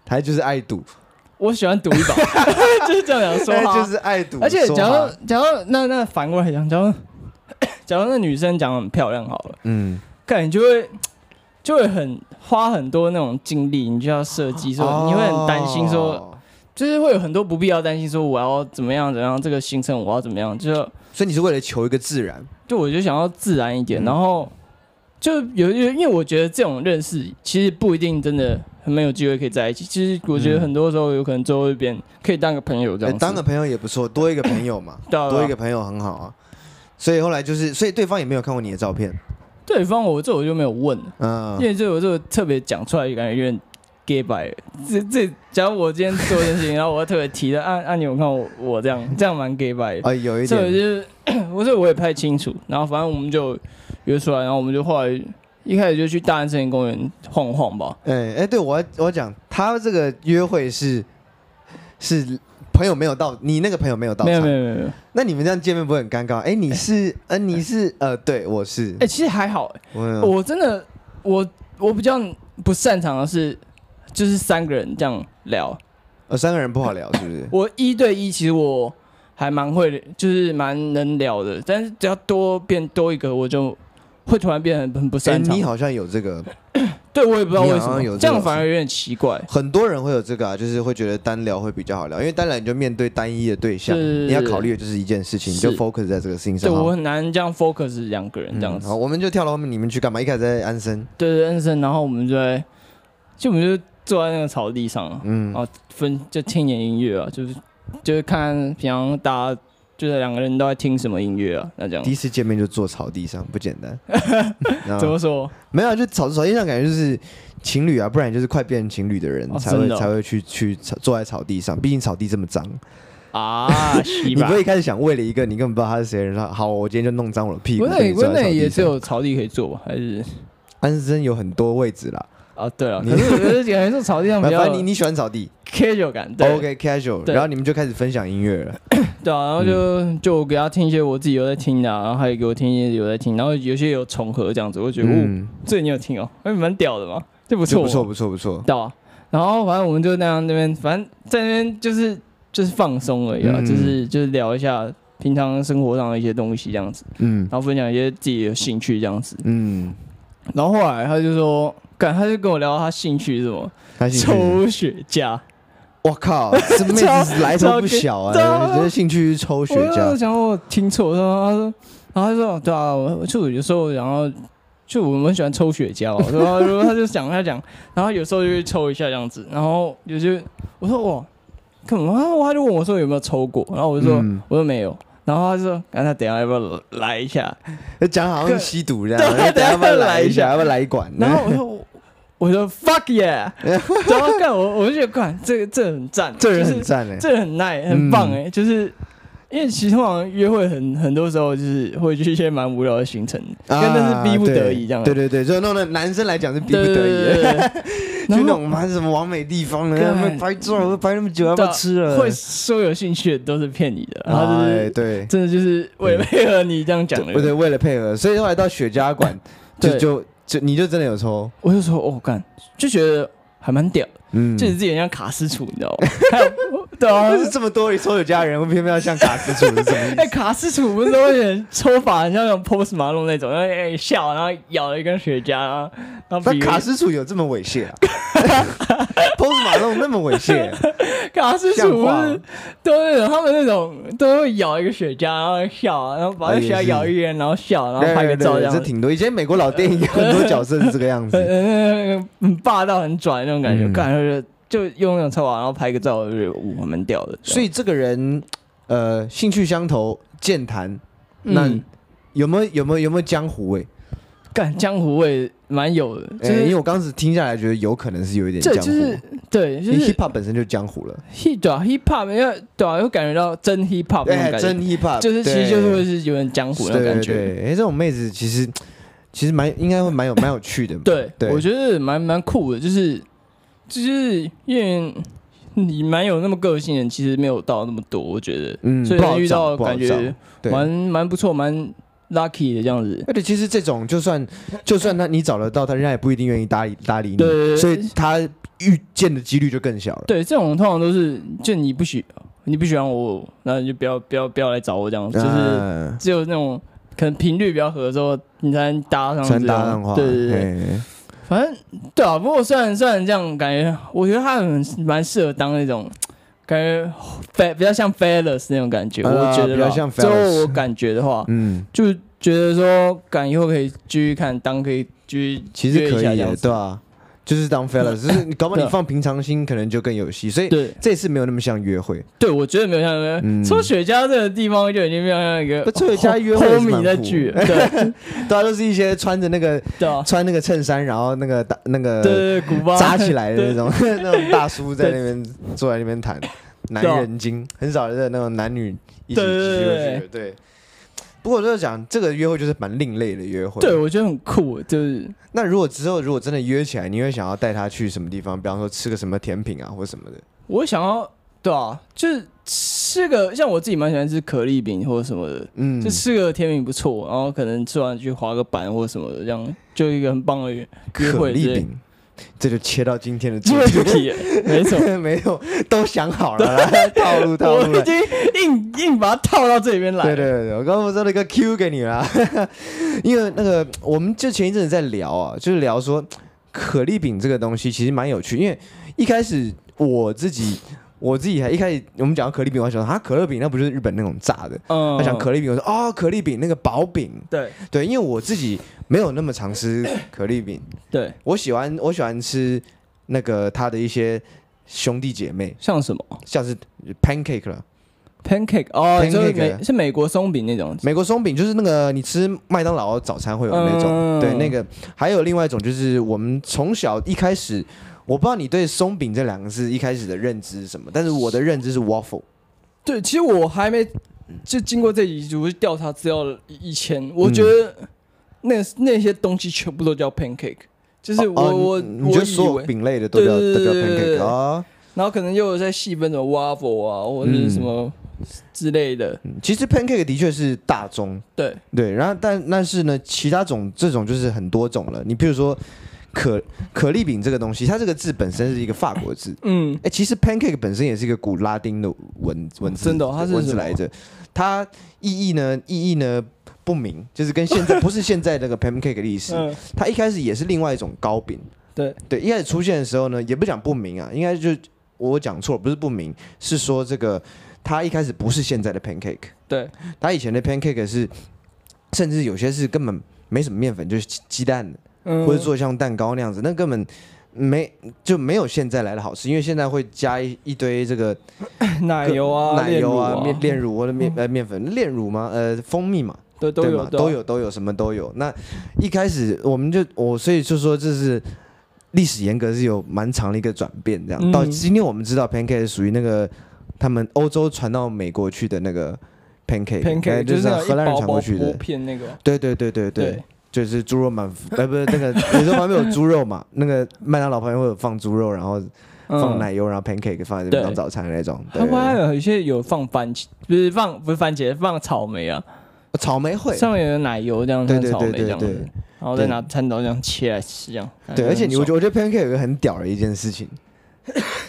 [SPEAKER 1] 他就是爱赌，
[SPEAKER 2] 我喜欢赌一把， 就是这样讲说
[SPEAKER 1] 他
[SPEAKER 2] 话。
[SPEAKER 1] 哎就是爱赌，
[SPEAKER 2] 啊而且
[SPEAKER 1] 说
[SPEAKER 2] 假
[SPEAKER 1] 话
[SPEAKER 2] 如假如那那反过来讲，假如假如那女生讲得很漂亮好了，
[SPEAKER 1] 嗯，
[SPEAKER 2] 感觉就会就会很花很多那种精力，你就要设计说，你会很担心说，
[SPEAKER 1] 哦，
[SPEAKER 2] 就是会有很多不必要担心说我要怎么样怎么样，这个行程我要怎么样，就
[SPEAKER 1] 所以你是为了求一个自然，
[SPEAKER 2] 就我就想要自然一点，
[SPEAKER 1] 嗯
[SPEAKER 2] 然后就有有，因为我觉得这种认识其实不一定真的很没有机会可以在一起，其实我觉得
[SPEAKER 1] 嗯
[SPEAKER 2] 很多时候有可能最后一边可以当个朋友这
[SPEAKER 1] 诶
[SPEAKER 2] 样子，
[SPEAKER 1] 当个朋友也不错，多一个朋友嘛，
[SPEAKER 2] 对啊对
[SPEAKER 1] 多
[SPEAKER 2] 啊
[SPEAKER 1] 一个朋友很好啊。所以后来就是，所以对方也没有看过你的照片，
[SPEAKER 2] 对方我这我就没有问了，
[SPEAKER 1] 嗯
[SPEAKER 2] 因，为这我就特别讲出来，感觉有点 gay 白。这这，假如我今天做一件事 情，然后我要特别提的，按按你有看我我这样，这样蛮 gay 白。
[SPEAKER 1] 啊，有一
[SPEAKER 2] 这我就
[SPEAKER 1] 点，
[SPEAKER 2] 是， 我这我也不太清楚。然后反正我们就约出来，然后我们就后来一开始就去大安森林公园晃晃吧。
[SPEAKER 1] 哎哎，对我要我要讲，他这个约会是是朋友没有到，你那个朋友没有到
[SPEAKER 2] 没有没
[SPEAKER 1] 场，
[SPEAKER 2] 有没有没有，
[SPEAKER 1] 那你们这样见面不会很尴尬？哎，你是，呃，你是，呃，对，我是
[SPEAKER 2] 哎、，其实还好、
[SPEAKER 1] 我
[SPEAKER 2] 我真的我我比较不擅长的是，就是三个人这样聊。
[SPEAKER 1] 呃三个人不好聊，是不是？
[SPEAKER 2] 我一对一其实我还蛮会，就是蛮能聊的，但是只要多变多一个，我就会突然变得很很不
[SPEAKER 1] 哎，
[SPEAKER 2] 擅长。
[SPEAKER 1] 你好像有这个，
[SPEAKER 2] 对我也不知道为
[SPEAKER 1] 你
[SPEAKER 2] 什
[SPEAKER 1] 好像有
[SPEAKER 2] 么，
[SPEAKER 1] 这
[SPEAKER 2] 这样
[SPEAKER 1] 种
[SPEAKER 2] 反而有点奇怪。
[SPEAKER 1] 很多人会有这个啊，就是会觉得单聊会比较好聊，因为单聊你就面对单一的对象，
[SPEAKER 2] 是
[SPEAKER 1] 你要考虑的就是一件事情，你就是 focus 在这个事情
[SPEAKER 2] 对
[SPEAKER 1] 上。
[SPEAKER 2] 我
[SPEAKER 1] 好
[SPEAKER 2] 很难这样 focus 两个人这样
[SPEAKER 1] 嗯
[SPEAKER 2] 子。嗯
[SPEAKER 1] 好，我们就跳到后面，你们去干嘛？一开始在安生，
[SPEAKER 2] 对对，恩生，然后我们就在，就我们就坐在那个草地上，
[SPEAKER 1] 嗯
[SPEAKER 2] 哦，分就听点音乐啊，就是就是看平常大家就是两个人都在听什么音乐啊，那这样
[SPEAKER 1] 第一次见面就坐草地上，不简 单。然
[SPEAKER 2] 怎
[SPEAKER 1] 后
[SPEAKER 2] 么说？
[SPEAKER 1] 没有啊，就草草地上感觉就是情侣啊，不然就是快变成情侣的人
[SPEAKER 2] 哦
[SPEAKER 1] 才会
[SPEAKER 2] 真的哦
[SPEAKER 1] 才会去去草坐在草地上，毕竟草地这么脏。
[SPEAKER 3] 啊，西
[SPEAKER 1] 你
[SPEAKER 3] 吧
[SPEAKER 1] 不，会一开始想为了一个你根本不知道他是谁的人说，好，我今天就弄脏我的屁股。
[SPEAKER 2] 温
[SPEAKER 1] 所以
[SPEAKER 2] 内
[SPEAKER 1] 坐在
[SPEAKER 2] 温内
[SPEAKER 1] 草地
[SPEAKER 2] 也只
[SPEAKER 1] 上
[SPEAKER 2] 有草地可以坐吧？还是
[SPEAKER 1] 安生有很多位置啦，
[SPEAKER 2] 啊？对了，
[SPEAKER 1] 你
[SPEAKER 2] 可是我觉得感觉坐草地上比
[SPEAKER 1] 反
[SPEAKER 2] 较
[SPEAKER 1] 正你你喜欢草地
[SPEAKER 2] casual 感。对
[SPEAKER 1] ，OK casual，
[SPEAKER 2] 对
[SPEAKER 1] 然后你们就开始分享音乐了。
[SPEAKER 2] 对啊，然后就
[SPEAKER 1] 嗯
[SPEAKER 2] 就给他听一些我自己有在听的啊，然后还有给我听一些有在听，然后有些有重合这样子，我就觉得哦，
[SPEAKER 1] 嗯，
[SPEAKER 2] 这你有听哦，还蛮屌的嘛，这不
[SPEAKER 1] 就
[SPEAKER 2] 错，
[SPEAKER 1] 不错，不错不错。
[SPEAKER 2] 对啊，然后反正我们就那样那边，反正在那边就是就是放松而已啊，
[SPEAKER 1] 嗯
[SPEAKER 2] 就是就是聊一下平常生活上的一些东西这样子，
[SPEAKER 1] 嗯
[SPEAKER 2] 然后分享一些自己的兴趣这样子。
[SPEAKER 1] 嗯，
[SPEAKER 2] 然后后来他就说，干，他就跟我聊到他兴趣是什么，
[SPEAKER 1] 他兴趣，
[SPEAKER 2] 抽雪茄。
[SPEAKER 1] 我靠，这妹子来头不小
[SPEAKER 2] 超超
[SPEAKER 1] 啊！我觉得兴趣是抽雪
[SPEAKER 2] 我就
[SPEAKER 1] 茄，
[SPEAKER 2] 想我听错，然后他说，然后他说，对啊，我就有时候然后。就我们喜欢抽雪 茄、哦，然后然后他就讲他讲，然后有时候就会抽一下这样子，然后有些我说哇，干嘛？然后他就问我说有没有抽过，然后我就说、
[SPEAKER 1] 嗯
[SPEAKER 2] 我说没有，然后他就说，那他等一下要不要来 一下？
[SPEAKER 1] 讲好像吸毒这样，然
[SPEAKER 2] 对
[SPEAKER 1] 后等下要不要
[SPEAKER 2] 等下
[SPEAKER 1] 来一
[SPEAKER 2] 来一下
[SPEAKER 1] 下，要不要来一管？哎
[SPEAKER 2] 然后我 说我我说 fuck yeah，然后干我我就觉得干这个这个很赞，
[SPEAKER 1] 这人
[SPEAKER 2] 就是
[SPEAKER 1] 很赞哎，
[SPEAKER 2] 这很耐，很
[SPEAKER 1] 嗯
[SPEAKER 2] 棒哎、就是因为其实通常约会很很多时候就是会去一些蛮无聊的行程，但
[SPEAKER 1] 啊
[SPEAKER 2] 但是逼不得已这样，
[SPEAKER 1] 对对对，就是那种男生来讲是逼不得
[SPEAKER 2] 对
[SPEAKER 1] 已
[SPEAKER 2] 对
[SPEAKER 1] 的，
[SPEAKER 2] 对对
[SPEAKER 1] 去
[SPEAKER 2] 然
[SPEAKER 1] 那
[SPEAKER 2] 后
[SPEAKER 1] 种妈什么完美地方的，
[SPEAKER 2] 干
[SPEAKER 1] 他们拍照拍那么久，要不要吃了？
[SPEAKER 2] 会说有兴趣的都是骗你的，然后就
[SPEAKER 1] 哎
[SPEAKER 2] 是
[SPEAKER 1] 对，
[SPEAKER 2] 真的就是为了配合你这样讲的，
[SPEAKER 1] 对，，为了配合，所以后来到雪茄馆就
[SPEAKER 2] 对
[SPEAKER 1] 就就你就真的有抽，
[SPEAKER 2] 我就说哦干，就觉得还蛮屌，
[SPEAKER 1] 嗯，
[SPEAKER 2] 就是自己很像卡斯楚，你知道吗？ 还有对啊
[SPEAKER 1] 就。是这么多抽雪茄的人，偏偏要像卡斯楚是什么意
[SPEAKER 2] 哎、
[SPEAKER 1] 思？
[SPEAKER 2] 卡斯楚不是都有点抽法，很像那种 post 马龙那种，然后哎、笑，然后咬了一根雪茄，然后然后
[SPEAKER 1] 那
[SPEAKER 2] 比
[SPEAKER 1] 卡斯楚有这么猥 亵啊？Post 马龙那么猥亵，啊
[SPEAKER 2] 卡斯
[SPEAKER 1] 像
[SPEAKER 2] 楚不
[SPEAKER 1] 话
[SPEAKER 2] 是
[SPEAKER 1] 吗
[SPEAKER 2] 都是他们那种都会咬一个雪茄，然后笑啊，然后把那
[SPEAKER 1] 啊也
[SPEAKER 2] 雪茄
[SPEAKER 1] 是
[SPEAKER 2] 咬一边，然后笑，然后
[SPEAKER 1] 对
[SPEAKER 2] 拍个
[SPEAKER 1] 对
[SPEAKER 2] 照这
[SPEAKER 1] 对，
[SPEAKER 2] 样
[SPEAKER 1] 这
[SPEAKER 2] 子，
[SPEAKER 1] 挺多。以前美国老电影有很多角色是这个样
[SPEAKER 2] 呃
[SPEAKER 1] 子，
[SPEAKER 2] 呃呃很霸道、很拽那种感觉，
[SPEAKER 1] 嗯
[SPEAKER 2] 感觉就用那种抽法，然后拍个照，就是我蛮屌的。
[SPEAKER 1] 所以这个人呃兴趣相投，健谈，那
[SPEAKER 2] 嗯
[SPEAKER 1] 有没有有没有有没有江湖味？
[SPEAKER 2] 干江湖味蛮有的，
[SPEAKER 1] 哎，
[SPEAKER 2] 就
[SPEAKER 1] 因为
[SPEAKER 2] 是
[SPEAKER 1] 我刚时听下来觉得有可能是有一点
[SPEAKER 2] 这
[SPEAKER 1] 江
[SPEAKER 2] 就
[SPEAKER 1] 湖
[SPEAKER 2] 是。对，就
[SPEAKER 1] 因为
[SPEAKER 2] 是
[SPEAKER 1] hip hop 本身就江湖了，
[SPEAKER 2] hip 对啊 hip hop，因为对啊，又感觉到真 hip hop 那种
[SPEAKER 1] 哎，
[SPEAKER 2] 感
[SPEAKER 1] 真
[SPEAKER 2] 觉，
[SPEAKER 1] hip hop
[SPEAKER 2] 就是其实就是
[SPEAKER 1] 对
[SPEAKER 2] 会是有点江湖那
[SPEAKER 1] 对
[SPEAKER 2] 种感
[SPEAKER 1] 对
[SPEAKER 2] 觉。
[SPEAKER 1] 对，哎、这种妹子其实其实蛮应该会蛮有蛮有趣的。
[SPEAKER 2] 对，
[SPEAKER 1] 对
[SPEAKER 2] 我觉得蛮蛮酷的，就是就是因为你蛮有那么个性的人，其实没有到那么多，我觉得，
[SPEAKER 1] 嗯，
[SPEAKER 2] 所以
[SPEAKER 1] 不好
[SPEAKER 2] 能遇
[SPEAKER 1] 找
[SPEAKER 2] 到
[SPEAKER 1] 不好
[SPEAKER 2] 感觉
[SPEAKER 1] 找对。
[SPEAKER 2] 蛮蛮不错，蛮 lucky 的这样子。
[SPEAKER 1] 而且其实这种就算就算他你找得到他，人家也不一定愿意搭理搭理你，
[SPEAKER 2] 对对对
[SPEAKER 1] 嗯所以他遇见的几率就更小了。
[SPEAKER 2] 对，这种通常都是就你不喜你不喜欢我，那你就不要不要不要来找我这样，就是
[SPEAKER 1] 啊
[SPEAKER 2] 只有那种可能频率比较合的时候，你才能搭上
[SPEAKER 1] 三
[SPEAKER 2] 这
[SPEAKER 1] 搭
[SPEAKER 2] 种
[SPEAKER 1] 浪花，
[SPEAKER 2] 对对对。
[SPEAKER 1] 嘿
[SPEAKER 2] 反正对啊，不过虽然虽然这样感觉，我觉得他很蛮适合当那种感觉 fa 比较像 fellas 那种感觉，
[SPEAKER 1] 啊
[SPEAKER 2] 我觉得啦
[SPEAKER 1] 比较像 fellas
[SPEAKER 2] 最后我感觉的话，
[SPEAKER 1] 嗯，
[SPEAKER 2] 就觉得说，感以后可以继续看，当可以继续
[SPEAKER 1] 其实
[SPEAKER 2] 约
[SPEAKER 1] 可
[SPEAKER 2] 一
[SPEAKER 1] 以
[SPEAKER 2] 下这
[SPEAKER 1] 耶
[SPEAKER 2] 样，子
[SPEAKER 1] 对啊，就是 当 fella，就是你搞不好
[SPEAKER 2] 对啊
[SPEAKER 1] 你放平常心，可能就更有戏。所以
[SPEAKER 2] 对
[SPEAKER 1] 这次没有那么像约会，
[SPEAKER 2] 对，我觉得没有像那个
[SPEAKER 1] 嗯
[SPEAKER 2] 抽雪茄这个地方就已经没有像一个
[SPEAKER 1] 不抽雪茄约会也是蛮
[SPEAKER 2] homie
[SPEAKER 1] 酷
[SPEAKER 2] 在聚了，对
[SPEAKER 1] 大家啊都是一些穿着那 个
[SPEAKER 2] 对啊，
[SPEAKER 1] 穿那个衬衫，然后那个打那个
[SPEAKER 2] 对对对，古巴
[SPEAKER 1] 呃扎起来的那
[SPEAKER 2] 对
[SPEAKER 1] 种 那种大叔在那边坐在那边谈男人经，很少的那种男女一起
[SPEAKER 2] 对对
[SPEAKER 1] 一起
[SPEAKER 2] 对
[SPEAKER 1] 约会对。不过我就是讲，这个约会就是蛮另类的约会。啊
[SPEAKER 2] 对，我觉得很酷，就是
[SPEAKER 1] 那如果之后如果真的约起来，你会想要带他去什么地方？比方说吃个什么甜品啊，或什么的。
[SPEAKER 2] 我想要对啊，就是吃个像我自己蛮喜欢吃可丽饼或者什么的，
[SPEAKER 1] 嗯，
[SPEAKER 2] 就吃个甜品不错，然后可能吃完去滑个板或什么的，这样就一个很棒的约约
[SPEAKER 1] 可
[SPEAKER 2] 会之
[SPEAKER 1] 丽
[SPEAKER 2] 类。
[SPEAKER 1] 饼，这就切到今天的主
[SPEAKER 2] 这个主
[SPEAKER 1] 题。
[SPEAKER 2] 题 没错，
[SPEAKER 1] 没有，都想好了 啦，套路套
[SPEAKER 2] 我
[SPEAKER 1] 路
[SPEAKER 2] 已
[SPEAKER 1] 了。
[SPEAKER 2] 经硬硬把它套到这边来。
[SPEAKER 1] 对对对，我刚刚不是说了一个 Q 给你啦， 因为那个我们就前一阵子在聊啊，就是聊说可丽饼这个东西其实蛮有趣，因为一开始我自己我自己还一开始我们讲到可丽饼，我还想说啊可乐饼那不就是日本那种炸的，
[SPEAKER 2] 嗯
[SPEAKER 1] 他想可丽饼，我说哦可丽饼那个薄饼，
[SPEAKER 2] 对
[SPEAKER 1] 对，因为我自己没有那么常吃可丽饼，
[SPEAKER 2] 对，
[SPEAKER 1] 我喜欢我喜欢吃那个他的一些兄弟姐妹，
[SPEAKER 2] 像什么
[SPEAKER 1] 像是 pancake 了。
[SPEAKER 2] pancake 哦，
[SPEAKER 1] Pancake 啊
[SPEAKER 2] 就是美是美国松饼那种，
[SPEAKER 1] 美国松饼就是那个你吃麦当劳早餐会有那种，
[SPEAKER 2] 嗯
[SPEAKER 1] 对，那个还有另外一种就是我们从小一开始，我不知道你对松饼这两个字一开始的认知是什么，但是我的认知是 waffle，
[SPEAKER 2] 对，其实我还没就经过这几组调查资料以前，
[SPEAKER 1] 嗯
[SPEAKER 2] 我觉得那、那些东西全部都叫 pancake，就是我、
[SPEAKER 1] 哦
[SPEAKER 2] 我
[SPEAKER 1] 你你觉
[SPEAKER 2] 我
[SPEAKER 1] 得所
[SPEAKER 2] 以
[SPEAKER 1] 有
[SPEAKER 2] 为，
[SPEAKER 1] 饼类的都叫
[SPEAKER 2] 对
[SPEAKER 1] 都
[SPEAKER 2] 对
[SPEAKER 1] 叫
[SPEAKER 2] 对对对
[SPEAKER 1] pancake 啊？
[SPEAKER 2] 然后可能又有在细分什么 waffle 啊，或者是什么之类的，
[SPEAKER 1] 嗯其实 pancake 的确是大宗，
[SPEAKER 2] 对，
[SPEAKER 1] 对，然后但但是呢，其他种这种就是很多种了。你比如说可可丽饼这个东西，它这个字本身是一个法国字，
[SPEAKER 2] 嗯
[SPEAKER 1] 哎、其实 pancake 本身也是一个古拉丁的文文字，
[SPEAKER 2] 真的哦它是
[SPEAKER 1] 文
[SPEAKER 2] 什
[SPEAKER 1] 字
[SPEAKER 2] 么
[SPEAKER 1] 来着。它意义呢，意义呢不明，就是跟现在不是现在那个 pancake 的意思。
[SPEAKER 2] 嗯，
[SPEAKER 1] 它一开始也是另外一种糕饼，
[SPEAKER 2] 对
[SPEAKER 1] 对，一开始出现的时候呢，也不讲不明啊，应该就我讲错了，不是不明，是说这个它一开始不是现在的 pancake，
[SPEAKER 2] 对，
[SPEAKER 1] 它以前的 pancake 是，甚至有些是根本没什么面粉，就是鸡鸡蛋
[SPEAKER 2] 嗯，
[SPEAKER 1] 或者做像蛋糕那样子，那根本没就没有现在来的好吃，因为现在会加一一堆这个
[SPEAKER 2] 奶油啊、
[SPEAKER 1] 奶油啊、
[SPEAKER 2] 炼
[SPEAKER 1] 面炼乳或者面呃面粉炼乳吗？呃，蜂蜜嘛，
[SPEAKER 2] 对啊都
[SPEAKER 1] 对
[SPEAKER 2] 有
[SPEAKER 1] 嘛都
[SPEAKER 2] 有，
[SPEAKER 1] 有都有什么都有。那一开始我们就我所以就说这是历史严格是有蛮长的一个转变，这样、
[SPEAKER 2] 嗯
[SPEAKER 1] 到今天我们知道 pancake 是属于那个他们欧洲传到美国去的那个 pancake，
[SPEAKER 2] pancake
[SPEAKER 1] 哎
[SPEAKER 2] 就是是那种
[SPEAKER 1] 荷兰人
[SPEAKER 2] 一
[SPEAKER 1] 传
[SPEAKER 2] 包包
[SPEAKER 1] 过去
[SPEAKER 2] 薄
[SPEAKER 1] 的。
[SPEAKER 2] 片那个，
[SPEAKER 1] 对对对对对，，就是猪肉满，呃，不是那个，有时候旁边有猪肉嘛，那个麦当劳旁边会有放猪肉，然后放
[SPEAKER 2] 嗯
[SPEAKER 1] 奶油，然后 pancake 放在这
[SPEAKER 2] 对
[SPEAKER 1] 边当早餐的那种。对
[SPEAKER 2] 他们还有一些有放番茄，不是放不是番茄，放草莓啊，
[SPEAKER 1] 草莓会，
[SPEAKER 2] 上面有奶油这样
[SPEAKER 1] 对
[SPEAKER 2] 像
[SPEAKER 1] 对
[SPEAKER 2] 草
[SPEAKER 1] 对
[SPEAKER 2] 莓这
[SPEAKER 1] 对
[SPEAKER 2] 样
[SPEAKER 1] 对
[SPEAKER 2] 子，然后再拿餐刀这样切来吃这样。嗯
[SPEAKER 1] 对，而且你我觉
[SPEAKER 2] 就
[SPEAKER 1] 得我觉得 pancake 有一个很屌的一件事情，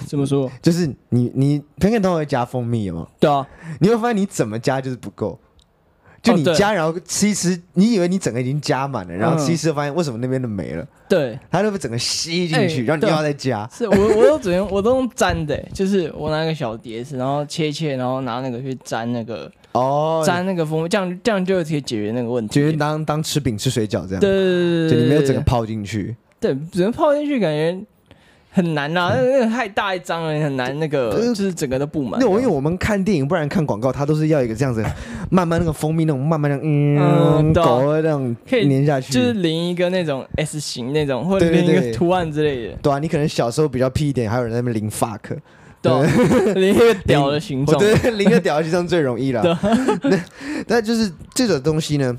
[SPEAKER 2] 这么说，
[SPEAKER 1] 就是你你 pancake 通常会加蜂蜜有吗？
[SPEAKER 2] 对啊，
[SPEAKER 1] 你会发现你怎么加就是不够。就你
[SPEAKER 2] 哦对嗯
[SPEAKER 1] 加，然后吃一吃，你以为你整个已经加满了，然后吃一吃，发现为什么那边的没了？
[SPEAKER 2] 对，
[SPEAKER 1] 它就被整个吸进去，
[SPEAKER 2] 哎
[SPEAKER 1] 然后你
[SPEAKER 2] 对
[SPEAKER 1] 又
[SPEAKER 2] 啊
[SPEAKER 1] 要再加。
[SPEAKER 2] 是我我都只用我都用粘的、就是我拿一个小碟子，然后切一切，然后拿那个去粘那个
[SPEAKER 1] 哦，
[SPEAKER 2] 粘那个蜂蜜，这样这样就可以解决那个问题。
[SPEAKER 1] 就是当当吃饼吃水饺这样，
[SPEAKER 2] 对对对
[SPEAKER 1] 就
[SPEAKER 2] 对，
[SPEAKER 1] 你没有整个泡进去。
[SPEAKER 2] 对，只能泡进去，感觉很难呐、那那个太大一张了，很难那个就是整个都布满。
[SPEAKER 1] 那我因为我们看电影，不然看广告，它都是要一个这样子，慢慢那个蜂蜜那种慢慢的，嗯，
[SPEAKER 2] 嗯对啊
[SPEAKER 1] 狗那种
[SPEAKER 2] 可以
[SPEAKER 1] 粘下去，
[SPEAKER 2] 就是淋一个那种 S 型那种，或者
[SPEAKER 1] 对对
[SPEAKER 2] 淋一
[SPEAKER 1] 对
[SPEAKER 2] 个图案之类的，
[SPEAKER 1] 对啊，你可能小时候比较屁一点，还有人在那边淋 fuck，
[SPEAKER 2] 对啊， 淋一个屌 的形
[SPEAKER 1] 我
[SPEAKER 2] 状，
[SPEAKER 1] 觉得淋个屌就这样最容易了
[SPEAKER 2] 对。
[SPEAKER 1] 那 那就是这种东西呢，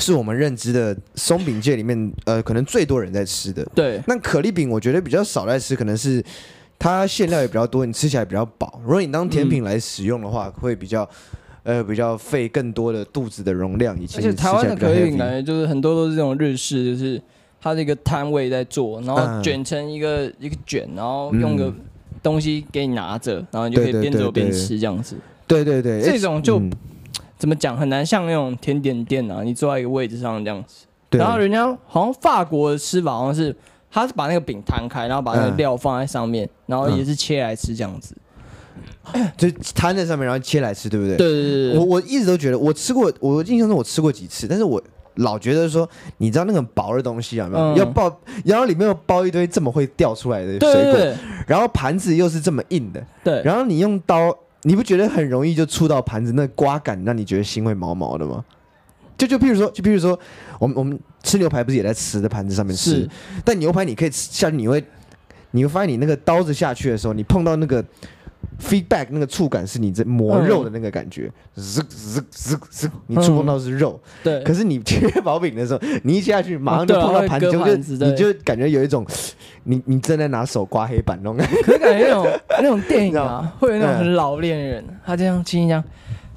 [SPEAKER 1] 是我们认知的松饼界里面，呃，可能最多人在吃的。
[SPEAKER 2] 对，
[SPEAKER 1] 那可丽饼我觉得比较少在吃，可能是它馅料也比较多，你吃起来比较饱。如果你当
[SPEAKER 2] 嗯
[SPEAKER 1] 甜品来使用的话，会比较呃比较费更多的肚子的容量，以及
[SPEAKER 2] 而且
[SPEAKER 1] 你吃
[SPEAKER 2] 台
[SPEAKER 1] 起
[SPEAKER 2] 湾
[SPEAKER 1] 来
[SPEAKER 2] 的
[SPEAKER 1] 比较
[SPEAKER 2] 可丽饼感
[SPEAKER 1] heavy。
[SPEAKER 2] 觉就是很多都是这种日式，就是它是一个摊位在做，然后
[SPEAKER 1] 嗯
[SPEAKER 2] 卷成一个、一个卷，然后用个
[SPEAKER 1] 嗯
[SPEAKER 2] 东西给你拿着，然后你就可以
[SPEAKER 1] 对对
[SPEAKER 2] 边
[SPEAKER 1] 对
[SPEAKER 2] 走边
[SPEAKER 1] 对
[SPEAKER 2] 吃这样子。
[SPEAKER 1] 对对对，
[SPEAKER 2] 这种就
[SPEAKER 1] 嗯
[SPEAKER 2] 怎么讲很难像那种甜点店啊，你坐在一个位置上这样子。
[SPEAKER 1] 对
[SPEAKER 2] 然后人家好像法国的吃法好像是，他是把那个饼摊开，然后把那个
[SPEAKER 1] 嗯
[SPEAKER 2] 料放在上面，然后也是切来吃这样子。
[SPEAKER 1] 就摊在上面，然后切来吃，对不对？
[SPEAKER 2] 对对对
[SPEAKER 1] 我
[SPEAKER 2] 对，
[SPEAKER 1] 我一直都觉得，我吃过，我印象中我吃过几次，但是我老觉得说，你知道那个薄的东西啊有没有？
[SPEAKER 2] 嗯
[SPEAKER 1] 要包，然后里面又包一堆这么会掉出来的水果，
[SPEAKER 2] 对对对
[SPEAKER 1] 然后盘子又是这么硬的，
[SPEAKER 2] 对对，
[SPEAKER 1] 然后你用刀，你不觉得很容易就触到盘子，那刮感让你觉得心会毛毛的吗？就就譬如说，就譬如说，我们我们吃牛排不是也在瓷的盘子上面吃？
[SPEAKER 2] 是
[SPEAKER 1] 但牛排你可以吃下去，你会你会发现你那个刀子下去的时候，你碰到那个 feedback 那个触感是你在磨肉的那个感觉，
[SPEAKER 2] 嗯
[SPEAKER 1] 滋滋滋滋，你触碰到是肉，
[SPEAKER 2] 对，
[SPEAKER 1] 可是你切薄饼的时候，你一下去马上就
[SPEAKER 2] 哦对啊
[SPEAKER 1] 碰到盘子，
[SPEAKER 2] 会
[SPEAKER 1] 就
[SPEAKER 2] 割盘子
[SPEAKER 1] 就
[SPEAKER 2] 对
[SPEAKER 1] 你就感觉有一种你你正在拿手刮黑板那种感觉，
[SPEAKER 2] 可是感觉那种那种电影啊，会有那种
[SPEAKER 1] 嗯
[SPEAKER 2] 很老练的人，他这样轻轻这样，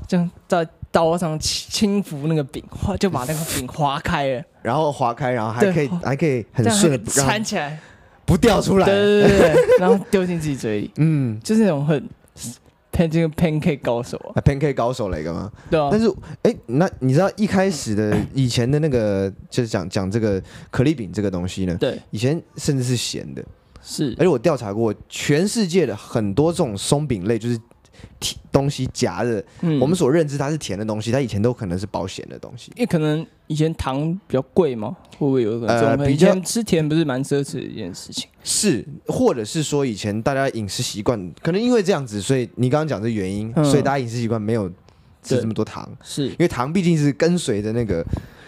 [SPEAKER 2] 这样在刀上轻轻抚那个饼，划就把那个饼划开了，
[SPEAKER 1] 然后划开，然后还
[SPEAKER 2] 对
[SPEAKER 1] 可以还可以很
[SPEAKER 2] 哦这样
[SPEAKER 1] 顺的
[SPEAKER 2] 还
[SPEAKER 1] 让它
[SPEAKER 2] 缠起来，
[SPEAKER 1] 不掉出来
[SPEAKER 2] 对，对对对对，然后丢进自己嘴里，
[SPEAKER 1] 嗯。
[SPEAKER 2] 就是那种很 pan 这个 pancake 高手啊，
[SPEAKER 1] 啊 pancake 高手来一个吗？
[SPEAKER 2] 对啊
[SPEAKER 1] 但，是，哎、那你知道一开始的
[SPEAKER 2] 嗯
[SPEAKER 1] 以前的那个，就是讲讲这个可丽饼这个东西呢，
[SPEAKER 2] 对，
[SPEAKER 1] 以前甚至是咸的，
[SPEAKER 2] 是
[SPEAKER 1] 而且我调查过，全世界的很多这种松饼类，就是甜东西夹的，
[SPEAKER 2] 嗯
[SPEAKER 1] 我们所认知它是甜的东西，它以前都可能是保咸的东西。
[SPEAKER 2] 因为可能以前糖比较贵嘛，会不会有可能这
[SPEAKER 1] 呃
[SPEAKER 2] 种？
[SPEAKER 1] 比
[SPEAKER 2] 以
[SPEAKER 1] 较
[SPEAKER 2] 前吃甜不是蛮奢侈的一件事情。
[SPEAKER 1] 是，或者是说以前大家饮食习惯，可能因为这样子，所以你刚刚讲这原因，
[SPEAKER 2] 嗯
[SPEAKER 1] 所以大家饮食习惯没有吃
[SPEAKER 2] 对
[SPEAKER 1] 这么多糖，
[SPEAKER 2] 是
[SPEAKER 1] 因为糖毕竟是跟随着那个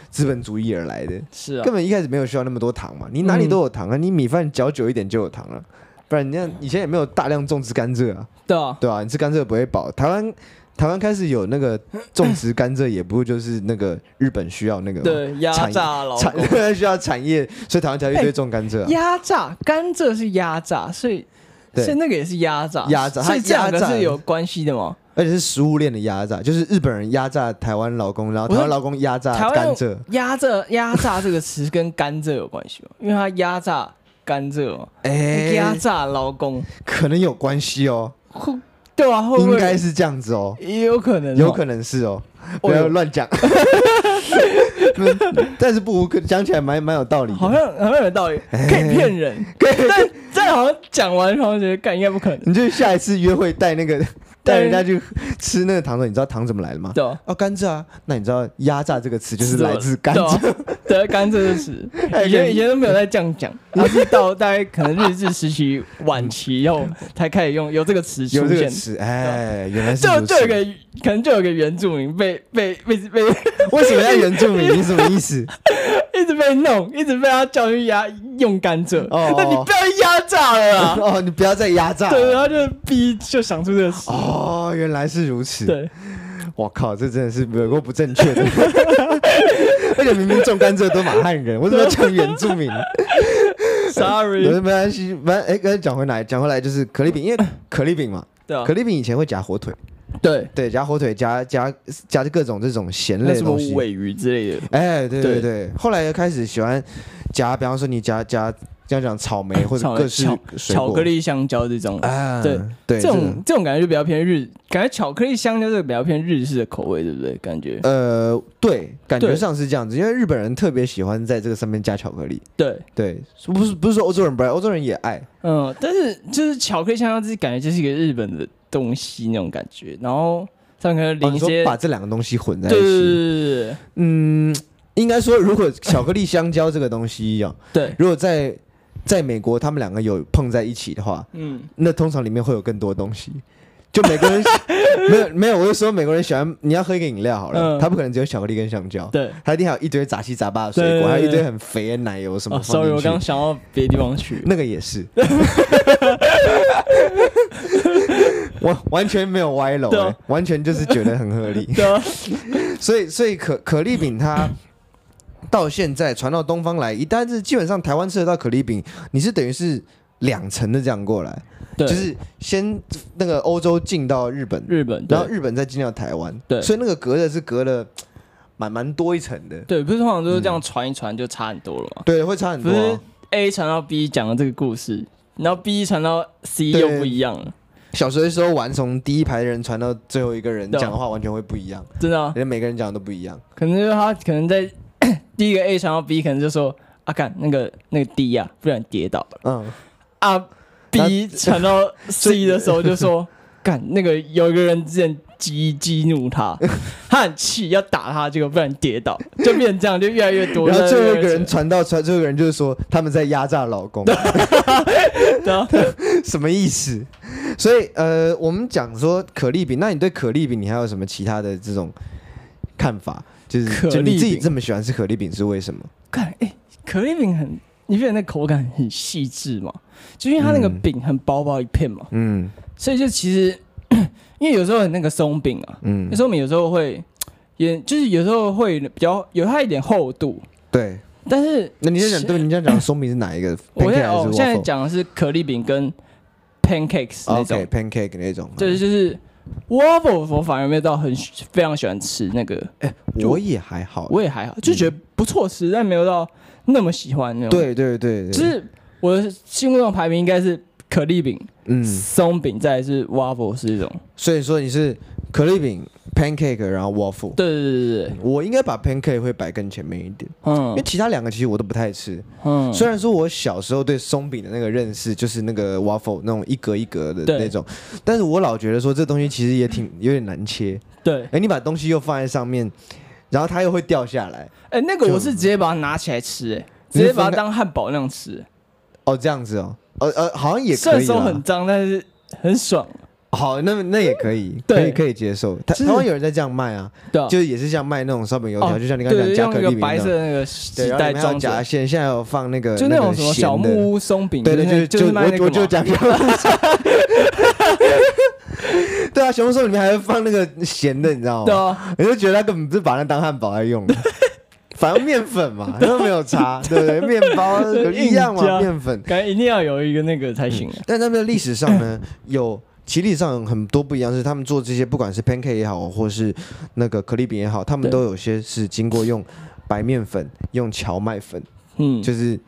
[SPEAKER 1] 资本主义而来的。
[SPEAKER 2] 是啊嗯
[SPEAKER 1] 根，本一开始没有需要那么多糖嘛，你哪里都有糖啊，你米饭嚼久一点就有糖了。不然你看以前也没有大量种植甘蔗啊，
[SPEAKER 2] 对啊，
[SPEAKER 1] 对吧、你吃甘蔗不会饱。台湾台湾开始有那个种植甘蔗，也不会就是那个日本需要那个嘛
[SPEAKER 2] 对，压
[SPEAKER 1] 产
[SPEAKER 2] 榨老公，
[SPEAKER 1] 产 需要产业，所以台湾才一堆种甘蔗啊、
[SPEAKER 2] 压榨甘蔗是压榨，所以
[SPEAKER 1] 对
[SPEAKER 2] 所以那个也是压榨，
[SPEAKER 1] 压榨
[SPEAKER 2] 所以
[SPEAKER 1] 它
[SPEAKER 2] 这两个
[SPEAKER 1] 压榨
[SPEAKER 2] 是有关系的吗？
[SPEAKER 1] 而且是食物链的压榨，就是日本人压榨台湾劳工，然后
[SPEAKER 2] 不
[SPEAKER 1] 台
[SPEAKER 2] 是
[SPEAKER 1] 湾劳工压榨
[SPEAKER 2] 台湾
[SPEAKER 1] 啊甘
[SPEAKER 2] 用
[SPEAKER 1] 蔗。
[SPEAKER 2] 压榨压榨这个词跟甘蔗有关系吗？因为它压榨甘蔗嘛，
[SPEAKER 1] 哎、
[SPEAKER 2] 压榨劳工，
[SPEAKER 1] 可能有关系哦，
[SPEAKER 2] 会对啊，会不会
[SPEAKER 1] 应该是这样子哦，
[SPEAKER 2] 也有可能哦，
[SPEAKER 1] 有可能是哦，不
[SPEAKER 2] 哦
[SPEAKER 1] 要
[SPEAKER 2] 有
[SPEAKER 1] 乱讲。 但是不无可讲起来蛮蛮有道理的，
[SPEAKER 2] 好像好像有道理，
[SPEAKER 1] 哎
[SPEAKER 2] 可以 骗人，但但好像讲完好像觉得干应该不可能，
[SPEAKER 1] 你就下一次约会带 那个带人家去吃那个糖的，你知道糖怎么来的吗？
[SPEAKER 2] 对吧？
[SPEAKER 1] 哦，甘蔗啊，那你知道“压榨”这个词就是
[SPEAKER 2] 知道
[SPEAKER 1] 来自甘蔗，
[SPEAKER 2] 对啊，对甘蔗的词，
[SPEAKER 1] 哎
[SPEAKER 2] 以
[SPEAKER 1] 可
[SPEAKER 2] 前
[SPEAKER 1] 以
[SPEAKER 2] 以前都没有在这样讲，然后是到大概可能日治时期晚期以后才开始用有这个词
[SPEAKER 1] 有
[SPEAKER 2] 出
[SPEAKER 1] 这个
[SPEAKER 2] 现，啊
[SPEAKER 1] 词，哎，原来是
[SPEAKER 2] 就
[SPEAKER 1] 如
[SPEAKER 2] 就有
[SPEAKER 1] 此
[SPEAKER 2] 一个可能就有一个原住民被被被被
[SPEAKER 1] 为什么要原住民？你什么意思？
[SPEAKER 2] 一直被弄，一直被他教育压用甘蔗，
[SPEAKER 1] 哦
[SPEAKER 2] 那你不要压榨了啦，
[SPEAKER 1] 哦，你不要再压榨了。
[SPEAKER 2] 啊对，然啊后就逼就想出这个词，
[SPEAKER 1] 哦，原来是如此。
[SPEAKER 2] 对，
[SPEAKER 1] 我靠，这真的是有够不正确的。 而且明明种甘蔗都马汉人，为什么要讲原住民？没
[SPEAKER 2] sorry，
[SPEAKER 1] 没关系，反正哎，刚才讲回来，讲回来就是可丽饼，因为可丽饼嘛，
[SPEAKER 2] 对嗯啊
[SPEAKER 1] 可，丽饼以前会夹火腿，
[SPEAKER 2] 对，
[SPEAKER 1] 对，夹火腿，夹夹夹各种这种咸类
[SPEAKER 2] 那
[SPEAKER 1] 的
[SPEAKER 2] 什么
[SPEAKER 1] 东西。
[SPEAKER 2] 尾鱼之类的，
[SPEAKER 1] 哎，对对
[SPEAKER 2] 对
[SPEAKER 1] 对，后来又开始喜欢夹，比方说你夹夹这样讲草莓或者
[SPEAKER 2] 草莓
[SPEAKER 1] 各式
[SPEAKER 2] 巧
[SPEAKER 1] 水果
[SPEAKER 2] 巧克力香蕉这种，
[SPEAKER 1] 啊，
[SPEAKER 2] 对
[SPEAKER 1] 对，
[SPEAKER 2] 这种这种感觉就比较偏日，感觉巧克力香蕉这个比较偏日式的口味，对不对？感觉
[SPEAKER 1] 呃，对，感觉
[SPEAKER 2] 对
[SPEAKER 1] 上是这样子，因为日本人特别喜欢在这个上面加巧克力。
[SPEAKER 2] 对，
[SPEAKER 1] 对，不是不是说欧洲人不爱，欧洲人也爱。
[SPEAKER 2] 嗯，但是就是巧克力香蕉，自己感觉就是一个日本的东西那种感觉，然后上可能
[SPEAKER 1] 哦
[SPEAKER 2] 淋
[SPEAKER 1] 你
[SPEAKER 2] 一
[SPEAKER 1] 说
[SPEAKER 2] 些，
[SPEAKER 1] 把这两个东西混在一
[SPEAKER 2] 对对对
[SPEAKER 1] 起，
[SPEAKER 2] 对
[SPEAKER 1] 嗯，应该说，如果巧克力香蕉这个东西哦，
[SPEAKER 2] 对对，
[SPEAKER 1] 如果在在美国他们两个有碰在一起的话，
[SPEAKER 2] 嗯，
[SPEAKER 1] 那通常里面会有更多东西。就美国 人没有没有，我是说美国人喜欢你要喝一个饮料好了，
[SPEAKER 2] 嗯
[SPEAKER 1] 他不可能只有巧克力跟香蕉，
[SPEAKER 2] 对。
[SPEAKER 1] 他一定还有一堆杂七杂八的水果，
[SPEAKER 2] 对对对
[SPEAKER 1] 还有一堆很肥的奶油什么
[SPEAKER 2] 哦
[SPEAKER 1] 放
[SPEAKER 2] ，sorry，
[SPEAKER 1] 进
[SPEAKER 2] 我
[SPEAKER 1] 去。
[SPEAKER 2] 刚想到别的地方去。
[SPEAKER 1] 那个也 是，完完全没有歪楼、
[SPEAKER 2] 对啊
[SPEAKER 1] 欸，完全就是觉得很合理。
[SPEAKER 2] 对啊，
[SPEAKER 1] 所以，所以可可丽饼它到现在传到东方来，一但是基本上台湾吃得到可丽饼，你是等于是两层的这样过来，
[SPEAKER 2] 对，
[SPEAKER 1] 就是先那个欧洲进到日本，
[SPEAKER 2] 日本，
[SPEAKER 1] 然后
[SPEAKER 2] 对
[SPEAKER 1] 日本再进到台湾，
[SPEAKER 2] 对
[SPEAKER 1] 所以那个隔的是隔了蛮蛮多一层的，
[SPEAKER 2] 对，不是通常都是这
[SPEAKER 1] 嗯
[SPEAKER 2] 样传一传就差很多了嘛？
[SPEAKER 1] 对，会差很
[SPEAKER 2] 不
[SPEAKER 1] 多、
[SPEAKER 2] 是
[SPEAKER 1] 哦。
[SPEAKER 2] A 传到 B 讲的这个故事，然后 B 传到 C
[SPEAKER 1] 对
[SPEAKER 2] 又不一样了，
[SPEAKER 1] 小学的时候玩，从第一排的人传到最后一个人，
[SPEAKER 2] 对啊
[SPEAKER 1] 讲的话完全会不一 样。
[SPEAKER 2] 真的啊，
[SPEAKER 1] 人家每个人讲的都不一样。
[SPEAKER 2] 可能就是他可能在 第一个 A 传到 B，可能就说啊，干那个那个 D 呀、不然跌倒了
[SPEAKER 1] 嗯，
[SPEAKER 2] 啊。B 传 到 C 的时候就说， 干那个有一个人之前激激怒他， 他很气要打他，结果不然跌倒，就变成这样，就越来越多。
[SPEAKER 1] 然后最后一个
[SPEAKER 2] 越来
[SPEAKER 1] 人
[SPEAKER 2] 越
[SPEAKER 1] 传到传，最后一个人就是说他们在压榨老 公，
[SPEAKER 2] 对 啊，
[SPEAKER 1] 什么意思？所以呃，我们讲说可丽饼，那你对可丽饼你还有什么其他的这种看法？就是
[SPEAKER 2] 可
[SPEAKER 1] 就
[SPEAKER 2] 丽饼
[SPEAKER 1] 你自己这么喜欢吃可丽饼是为什么？
[SPEAKER 2] 看，哎、可丽饼很，你不觉得那口感很细致吗？就因为它那个
[SPEAKER 1] 嗯
[SPEAKER 2] 饼很薄薄一片嘛，
[SPEAKER 1] 嗯
[SPEAKER 2] 所以就其实， 因为有时候那个松饼啊，
[SPEAKER 1] 嗯
[SPEAKER 2] 有，时候我们有时候会，也就是有时候会比较有它一点厚度，
[SPEAKER 1] 对。
[SPEAKER 2] 但是
[SPEAKER 1] 那你先讲，对你这样讲松饼是哪一个
[SPEAKER 2] 我现在
[SPEAKER 1] ？pancake
[SPEAKER 2] 哦
[SPEAKER 1] 还，是
[SPEAKER 2] 现在
[SPEAKER 1] waffle？啊哦
[SPEAKER 2] 讲的是可丽饼跟 pancakes 那种，
[SPEAKER 1] OK pancake 那种吗，
[SPEAKER 2] 对，就是 waffle 我反而没有到很喜非常喜欢吃那个，
[SPEAKER 1] 哦我也还好。
[SPEAKER 2] 我也还好，就觉得不错吃，但没有到那么喜欢那种。
[SPEAKER 1] 对对对，对
[SPEAKER 2] 就是我的心目中的排名应该是可丽饼、
[SPEAKER 1] 嗯，
[SPEAKER 2] 松饼，再来是 waffle 是一种。
[SPEAKER 1] 所以说你是可丽饼 pancake，然后 waffle。
[SPEAKER 2] 对对对对对，
[SPEAKER 1] 我应该把 pancake 会摆更前面一点，因为
[SPEAKER 2] 嗯
[SPEAKER 1] 其他两个其实我都不太吃。
[SPEAKER 2] 嗯，
[SPEAKER 1] 虽然说我小时候对松饼的那个认识就是那个 waffle 那种一格一格的
[SPEAKER 2] 嗯对
[SPEAKER 1] 那种，但是我老觉得说这东西其实也 挺有点难切。
[SPEAKER 2] 对，
[SPEAKER 1] 哎，你把东西又放在上面，然后它又会掉下来。
[SPEAKER 2] 哎，那个
[SPEAKER 1] 就
[SPEAKER 2] 我是直接把它拿起来吃，哎，
[SPEAKER 1] 你
[SPEAKER 2] 直
[SPEAKER 1] 是
[SPEAKER 2] 接把
[SPEAKER 1] 分开
[SPEAKER 2] 它当汉堡那样吃，
[SPEAKER 1] 哦，这样子哦，呃呃，好像也
[SPEAKER 2] 虽
[SPEAKER 1] 可
[SPEAKER 2] 然
[SPEAKER 1] 以
[SPEAKER 2] 手
[SPEAKER 1] 啦
[SPEAKER 2] 很。脏，但是很爽。
[SPEAKER 1] 好，那那也可以，
[SPEAKER 2] 对
[SPEAKER 1] 可以可以接受。台
[SPEAKER 2] 是
[SPEAKER 1] 台湾有人在这样卖啊，
[SPEAKER 2] 对啊，
[SPEAKER 1] 就是也是像卖那种烧饼油条，
[SPEAKER 2] 哦
[SPEAKER 1] 就像你刚才
[SPEAKER 2] 对，
[SPEAKER 1] 讲
[SPEAKER 2] 用
[SPEAKER 1] 加可
[SPEAKER 2] 那
[SPEAKER 1] 丽
[SPEAKER 2] 个
[SPEAKER 1] 饼
[SPEAKER 2] 白
[SPEAKER 1] 那种
[SPEAKER 2] 色的那个时
[SPEAKER 1] 对，然后
[SPEAKER 2] 代
[SPEAKER 1] 里面还有
[SPEAKER 2] 装
[SPEAKER 1] 夹
[SPEAKER 2] 着，
[SPEAKER 1] 馅，现在有放那个
[SPEAKER 2] 就那
[SPEAKER 1] 那
[SPEAKER 2] 种
[SPEAKER 1] 个
[SPEAKER 2] 什么
[SPEAKER 1] 咸的
[SPEAKER 2] 小木屋松饼，
[SPEAKER 1] 对对，
[SPEAKER 2] 就是
[SPEAKER 1] 就
[SPEAKER 2] 就是卖
[SPEAKER 1] 我
[SPEAKER 2] 那个
[SPEAKER 1] 我
[SPEAKER 2] 嘛
[SPEAKER 1] 就讲小 木屋对啊，小木屋里面还会放那个咸的，你知道
[SPEAKER 2] 对
[SPEAKER 1] 吗？
[SPEAKER 2] 啊，
[SPEAKER 1] 我就觉得他根本就把那当汉堡在 用的，反正面粉嘛，
[SPEAKER 2] 啊
[SPEAKER 1] 都没有差，对不对？面包啊一 样
[SPEAKER 2] 硬
[SPEAKER 1] 嘛，
[SPEAKER 2] 加
[SPEAKER 1] 面粉。
[SPEAKER 2] 感觉一定要有一个那个才行啊。
[SPEAKER 1] 但他们的历史上呢，有其实历史上有很多不一样，是他们做这些，不管是 pancake 也好，或是那个可丽饼也好，他们
[SPEAKER 2] 对
[SPEAKER 1] 都有些是经过用白面粉、用荞麦粉，
[SPEAKER 2] 嗯，
[SPEAKER 1] 就是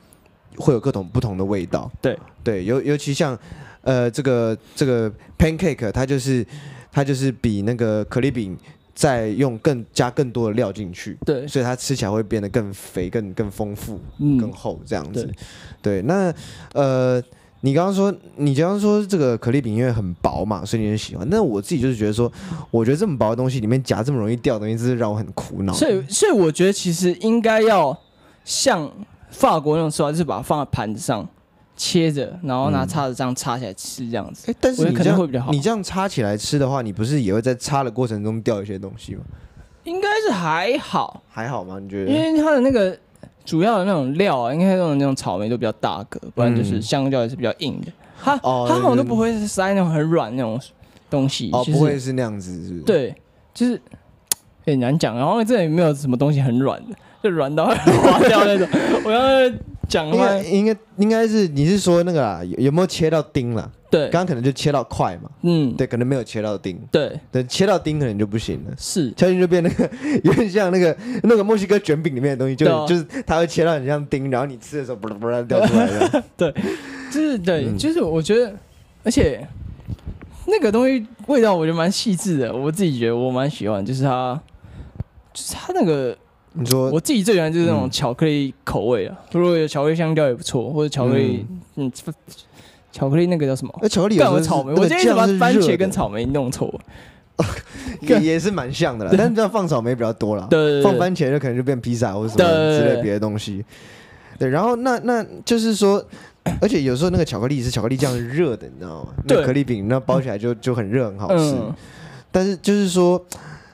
[SPEAKER 1] 会有各种不同的味道。
[SPEAKER 2] 对
[SPEAKER 1] 对，尤尤其像呃这个这个 pancake，它就是它就是比那个可丽饼再用更加更多的料进去，
[SPEAKER 2] 对，
[SPEAKER 1] 所以它吃起来会变得更肥、更更丰富、更
[SPEAKER 2] 嗯，
[SPEAKER 1] 厚这样子。对，那呃。你刚刚说，你刚刚说这个可丽饼因为很薄嘛，所以你很喜欢。但我自己就是觉得说，我觉得这么薄的东西里面夹这么容易掉的东西，真是让我很苦恼。
[SPEAKER 2] 所以所以我觉得其实应该要像法国那种说法，就是把它放在盘子上切着，然后
[SPEAKER 1] 嗯
[SPEAKER 2] 拿叉子这样插起来吃这样子。
[SPEAKER 1] 哎、但
[SPEAKER 2] 我
[SPEAKER 1] 是
[SPEAKER 2] 觉得
[SPEAKER 1] 你
[SPEAKER 2] 可
[SPEAKER 1] 这
[SPEAKER 2] 能
[SPEAKER 1] 样
[SPEAKER 2] 会比较好
[SPEAKER 1] 你这样插起来吃的话，你不是也会在插的过程中掉一些东西吗？
[SPEAKER 2] 应该是还好，
[SPEAKER 1] 还好吗？你觉得？
[SPEAKER 2] 因为它的那个主要的那种料啊，应该用的那种草莓都比较大个，不然就是
[SPEAKER 1] 嗯
[SPEAKER 2] 香蕉也是比较硬的。它
[SPEAKER 1] 哦
[SPEAKER 2] 它好像都不会塞那种很软那种东西，
[SPEAKER 1] 哦，
[SPEAKER 2] 就是
[SPEAKER 1] 不会是那样子，是不是？，
[SPEAKER 2] 对，就是很难讲。然后这里没有什么东西很软的，就软到会滑掉那种。我要讲
[SPEAKER 1] 应
[SPEAKER 2] 话，
[SPEAKER 1] 该应该应该是你是说那个啦，有有没有切到钉啦？
[SPEAKER 2] 对
[SPEAKER 1] 刚，刚可能就切到块嘛，
[SPEAKER 2] 嗯，
[SPEAKER 1] 对，可能没有切到钉，
[SPEAKER 2] 对，
[SPEAKER 1] 对，切到钉可能就不行了。
[SPEAKER 2] 是，
[SPEAKER 1] 敲进去就变那个 有点像那个那个墨西哥卷饼里面的东西，就
[SPEAKER 2] 对啊
[SPEAKER 1] 就是它会切到很像钉，然后你吃的时候不 啦不啦掉出来的。
[SPEAKER 2] 就是对，
[SPEAKER 1] 嗯
[SPEAKER 2] 就是我觉得，而且那个东西味道我觉得蛮细致的，我自己觉得我蛮喜欢，就是它。就是它那个，
[SPEAKER 1] 你说
[SPEAKER 2] 我自己最喜欢就是那种
[SPEAKER 1] 嗯
[SPEAKER 2] 巧克力口味啊。如果有巧克力香蕉也不错，或者巧克力，嗯，巧克力那个叫什么？
[SPEAKER 1] 那哎巧克力有时
[SPEAKER 2] 干
[SPEAKER 1] 候
[SPEAKER 2] 我
[SPEAKER 1] 是
[SPEAKER 2] 草莓，
[SPEAKER 1] 那
[SPEAKER 2] 我
[SPEAKER 1] 个
[SPEAKER 2] 今天一直
[SPEAKER 1] 酱
[SPEAKER 2] 把
[SPEAKER 1] 是
[SPEAKER 2] 番
[SPEAKER 1] 热
[SPEAKER 2] 茄
[SPEAKER 1] 的
[SPEAKER 2] 跟草莓弄错了。
[SPEAKER 1] 也也是蛮像的啦，但是要放草莓比较多啦。
[SPEAKER 2] 对对对
[SPEAKER 1] 放番茄就可能就变披萨或者什
[SPEAKER 2] 对
[SPEAKER 1] 么
[SPEAKER 2] 对
[SPEAKER 1] 之
[SPEAKER 2] 对
[SPEAKER 1] 类别的东西。对，然后那那就是说， 而且有时候那个巧克力是巧克力酱是热的，你知道吗？那
[SPEAKER 2] 对嗯
[SPEAKER 1] 可丽饼那包起来就就很热，很好吃。，但是就是说，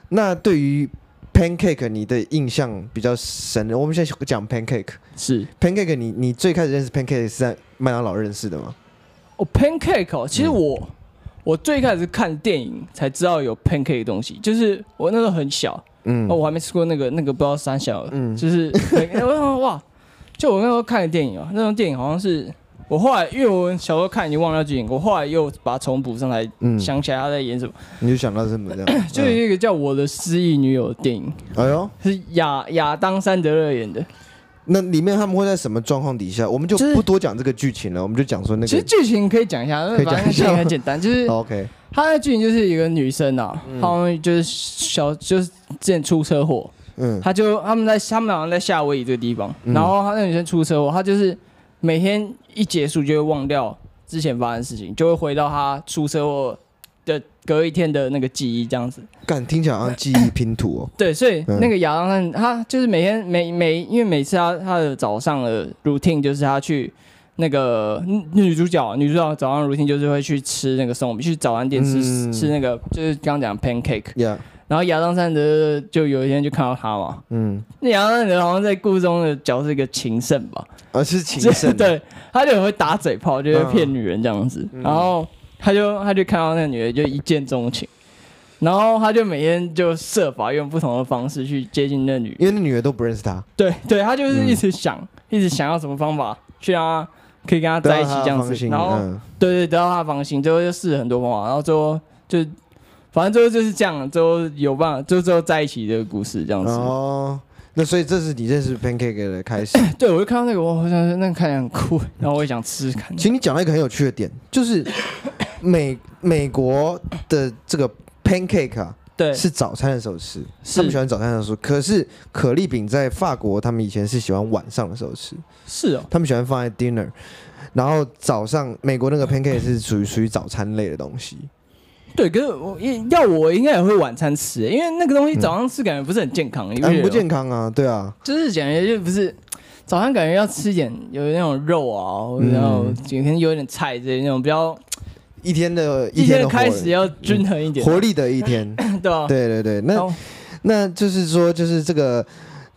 [SPEAKER 1] 那对于 pancake 你的印象比较深的，我们现在讲 pancake。
[SPEAKER 2] 是
[SPEAKER 1] pancake 你你最开始认识 pancake 是在麦当劳认识的吗？
[SPEAKER 2] 哦，pancake 哦，其实
[SPEAKER 1] 嗯
[SPEAKER 2] 我、我最开始看电影才知道有 pancake 的东西，就是我那时候很小，
[SPEAKER 1] 嗯，
[SPEAKER 2] 哦，我还没吃过那个那个不知道三小的，
[SPEAKER 1] 嗯
[SPEAKER 2] 就是我想哇，就我那时候看的电影哦，那种电影好像是我后来因为我小时候看已经忘了剧情，我后来又把它重补上来，
[SPEAKER 1] 嗯，
[SPEAKER 2] 想起来他在演什么，
[SPEAKER 1] 你就想到什么这样？ 嗯
[SPEAKER 2] 就有一个叫《我的失忆女友》的电影，
[SPEAKER 1] 嗯哎呦，
[SPEAKER 2] 是亚亚当·山德勒演的，
[SPEAKER 1] 那里面他们会在什么状况底下？我们就
[SPEAKER 2] 就是
[SPEAKER 1] 不多讲这个剧情了，我们就讲说那
[SPEAKER 2] 其实
[SPEAKER 1] 个。
[SPEAKER 2] 剧情可以讲一下，
[SPEAKER 1] 可以
[SPEAKER 2] 反
[SPEAKER 1] 讲
[SPEAKER 2] 正
[SPEAKER 1] 一下
[SPEAKER 2] 电影
[SPEAKER 1] 吗
[SPEAKER 2] 很简单，就是。
[SPEAKER 1] OK，
[SPEAKER 2] 她的剧情就是一个女生啊，
[SPEAKER 1] 嗯
[SPEAKER 2] 她好像就是小就是之前出车祸，
[SPEAKER 1] 嗯，
[SPEAKER 2] 她就他们在他们好像在夏威夷这个地方，
[SPEAKER 1] 嗯
[SPEAKER 2] 然后她那女生出车祸，她就是每天一结束就会忘掉之前发生的事情，就会回到她出车祸的隔一天的那个记忆这样子。
[SPEAKER 1] 干听起来好像记忆拼图哦。
[SPEAKER 2] 对，所以
[SPEAKER 1] 嗯
[SPEAKER 2] 那个亚当山他就是每天每每因为每次他他的早上的 routine 就是他去那个女女主角女主角早上 routine 就是会去吃那个松饼，去早餐店吃、
[SPEAKER 1] 嗯
[SPEAKER 2] 吃那个就是刚刚讲 pancake，
[SPEAKER 1] 呀，
[SPEAKER 2] 然后亚当山德就有一天就看到他嘛，
[SPEAKER 1] 嗯，
[SPEAKER 2] 那亚当山德好像在故中的角色是一个情圣吧，
[SPEAKER 1] 啊是情圣
[SPEAKER 2] 对，他就很会打嘴炮，就会骗女人这样子。
[SPEAKER 1] 嗯
[SPEAKER 2] 然后他就他就看到那个女的就一见钟情，然后他就每天就设法用不同的方式去接近那女
[SPEAKER 1] 因为那女的都不认识他，
[SPEAKER 2] 对对，他
[SPEAKER 1] 嗯
[SPEAKER 2] 就是一直想、一直想要什么方法去让他可以跟他在一起这样
[SPEAKER 1] 放
[SPEAKER 2] 子，
[SPEAKER 1] 心
[SPEAKER 2] 然后、
[SPEAKER 1] 嗯
[SPEAKER 2] 对对得到他的芳心，最后就试了很多方法，然后最后就反正最后就是这样，最后有办法，就最后在一起的故事这样子。
[SPEAKER 1] 哦，那所以这是你认识 pancake 的开 始。
[SPEAKER 2] 对，我就看到那个，我好像那个看起来很酷，然后我也想吃吃看。
[SPEAKER 1] 其实你讲到一个很有趣的点，就是美美国的这个 pancake 啊，
[SPEAKER 2] 对，
[SPEAKER 1] 是早餐的时候吃，
[SPEAKER 2] 是
[SPEAKER 1] 他们喜欢早餐的时候吃。可是可丽饼在法国，他们以前是喜欢晚上的时候吃。
[SPEAKER 2] 是哦，
[SPEAKER 1] 他们喜欢放在 dinner，然后早上美国那
[SPEAKER 2] 嗯
[SPEAKER 1] 个 pancake 是属于属于早餐类的东西。
[SPEAKER 2] 对，可是我要我应该也会晚餐吃，因为那个东西早上吃感觉不是很健康，你不觉
[SPEAKER 1] 很
[SPEAKER 2] 得
[SPEAKER 1] 不
[SPEAKER 2] 吗
[SPEAKER 1] 健康啊，对啊，
[SPEAKER 2] 就是感觉就不是早上感觉要吃一点有那种肉啊，
[SPEAKER 1] 嗯
[SPEAKER 2] 然后今天有点菜之类的那种比较
[SPEAKER 1] 一天的天
[SPEAKER 2] 一天
[SPEAKER 1] 的活
[SPEAKER 2] 的开始要均衡一点，
[SPEAKER 1] 活力的一天。
[SPEAKER 2] 对吧？
[SPEAKER 1] 对对对，那
[SPEAKER 2] 然后
[SPEAKER 1] 那就是说，就是这个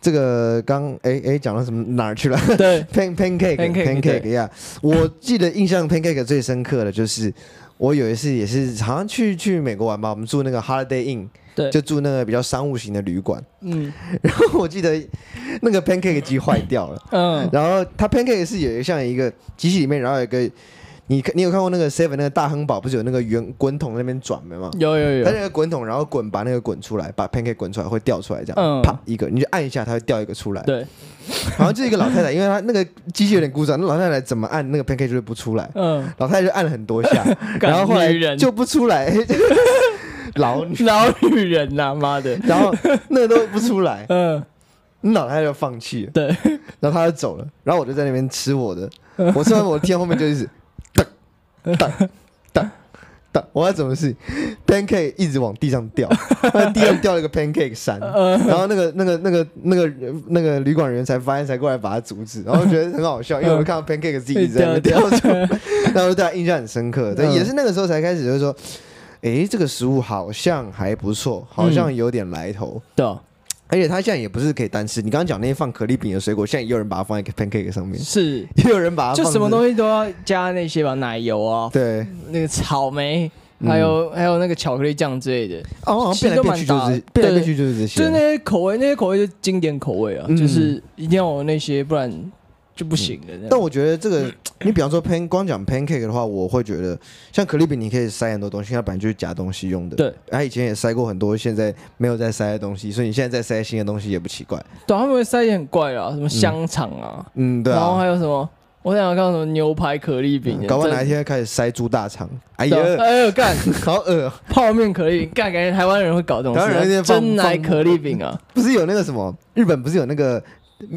[SPEAKER 1] 这个刚哎哎讲到什么哪儿去了
[SPEAKER 2] 对，
[SPEAKER 1] ？Pan pancake
[SPEAKER 2] Pancake，
[SPEAKER 1] pancake 呀，我记得印象 pancake 最深刻的就是。我有一次也是，好像去去美国玩吧，我们住那个 Holiday Inn，
[SPEAKER 2] 对
[SPEAKER 1] 就住那个比较商务型的旅馆。
[SPEAKER 2] 嗯
[SPEAKER 1] 然后我记得那个 pancake 机坏掉了，
[SPEAKER 2] 嗯，
[SPEAKER 1] 然后它 pancake 是有一个像一个机器里面，然后有一个你你有看过那个 seven 那个大亨堡不是有那个圆滚筒在那边转的吗？
[SPEAKER 2] 有有
[SPEAKER 1] 它
[SPEAKER 2] 有，
[SPEAKER 1] 那个滚筒，然后滚把那个滚出来，把 pancake 滚出来会掉出来，这样、
[SPEAKER 2] 嗯
[SPEAKER 1] 啪一个，你就按一下，它会掉一个出来。
[SPEAKER 2] 对，
[SPEAKER 1] 然后就是一个老太 太，因为她那个机器有点故障，那老太太怎么按那个 pancake 就是不出 来，
[SPEAKER 2] 嗯，
[SPEAKER 1] 老太太就按了很多 下，然后后
[SPEAKER 2] 干
[SPEAKER 1] 来
[SPEAKER 2] 女人
[SPEAKER 1] 就不出来， 老女，
[SPEAKER 2] 老女人呐，妈的，
[SPEAKER 1] 然后那个都不出来，
[SPEAKER 2] 嗯，
[SPEAKER 1] 那老太太就放弃了，
[SPEAKER 2] 对，
[SPEAKER 1] 然后她就走了，然后我就在那边吃我的，我吃完我的天后面就一直噔噔噔噔，我要怎么是 pancake 一直往地上掉，那地上掉了一个 pancake 山，然后那个那个那个那个那个旅馆人员才发现才过来把它阻止，然后觉得很好笑，因为我看到 pancake 自己一直在那边掉 出来，然后对他印象很深刻，对，
[SPEAKER 2] 嗯
[SPEAKER 1] 也是那个时候才开始就是说。诶，这个食物好像还不错，好像有点来头。
[SPEAKER 2] 对啊，
[SPEAKER 1] 而且它现在也不是可以单吃，你刚刚讲那些放可丽饼的水果，现在也有人把它放在 pancake 上 面，
[SPEAKER 2] 是，
[SPEAKER 1] 也有人把它
[SPEAKER 2] 就
[SPEAKER 1] 放
[SPEAKER 2] 什么
[SPEAKER 1] 在
[SPEAKER 2] 东西都要加那些吧，奶油啊，
[SPEAKER 1] 对
[SPEAKER 2] 那个草莓，
[SPEAKER 1] 嗯
[SPEAKER 2] 还有还有那个巧克力酱之类的，
[SPEAKER 1] 哦，好像
[SPEAKER 2] 其
[SPEAKER 1] 变来
[SPEAKER 2] 实都
[SPEAKER 1] 变
[SPEAKER 2] 蛮
[SPEAKER 1] 去就
[SPEAKER 2] 大
[SPEAKER 1] 是
[SPEAKER 2] 的
[SPEAKER 1] 变来
[SPEAKER 2] 对
[SPEAKER 1] 变去就是这些，
[SPEAKER 2] 就是那些口味，那些口味就是经典口味啊，
[SPEAKER 1] 嗯
[SPEAKER 2] 就是一定要有那些，不然就不行的那
[SPEAKER 1] 但
[SPEAKER 2] 种。
[SPEAKER 1] 我觉得这个，你比方说 pan 光讲 pancake 的话，我会觉得像可丽饼，你可以塞很多东西，它本来就是夹东西用的。
[SPEAKER 2] 对，
[SPEAKER 1] 它以前也塞过很多现在没有在塞的东西，所以你现在再塞新的东西也不奇怪。
[SPEAKER 2] 对啊，他们会塞也很怪啊，什么香肠啊，
[SPEAKER 1] 嗯，对
[SPEAKER 2] 然后
[SPEAKER 1] 啊嗯
[SPEAKER 2] 还。有什么，我想想看什么牛排可丽饼的，
[SPEAKER 1] 搞不好哪一
[SPEAKER 2] 真
[SPEAKER 1] 天开始塞猪大肠，哎
[SPEAKER 2] 对啊
[SPEAKER 1] 呀，
[SPEAKER 2] 哎呦干
[SPEAKER 1] 好恶！
[SPEAKER 2] 泡面可丽饼，干感觉台湾人会搞这种
[SPEAKER 1] 台湾人
[SPEAKER 2] 事
[SPEAKER 1] 在
[SPEAKER 2] 啊，
[SPEAKER 1] 放
[SPEAKER 2] 真奶可丽饼啊，
[SPEAKER 1] 不是有那个什么，日本不是有那个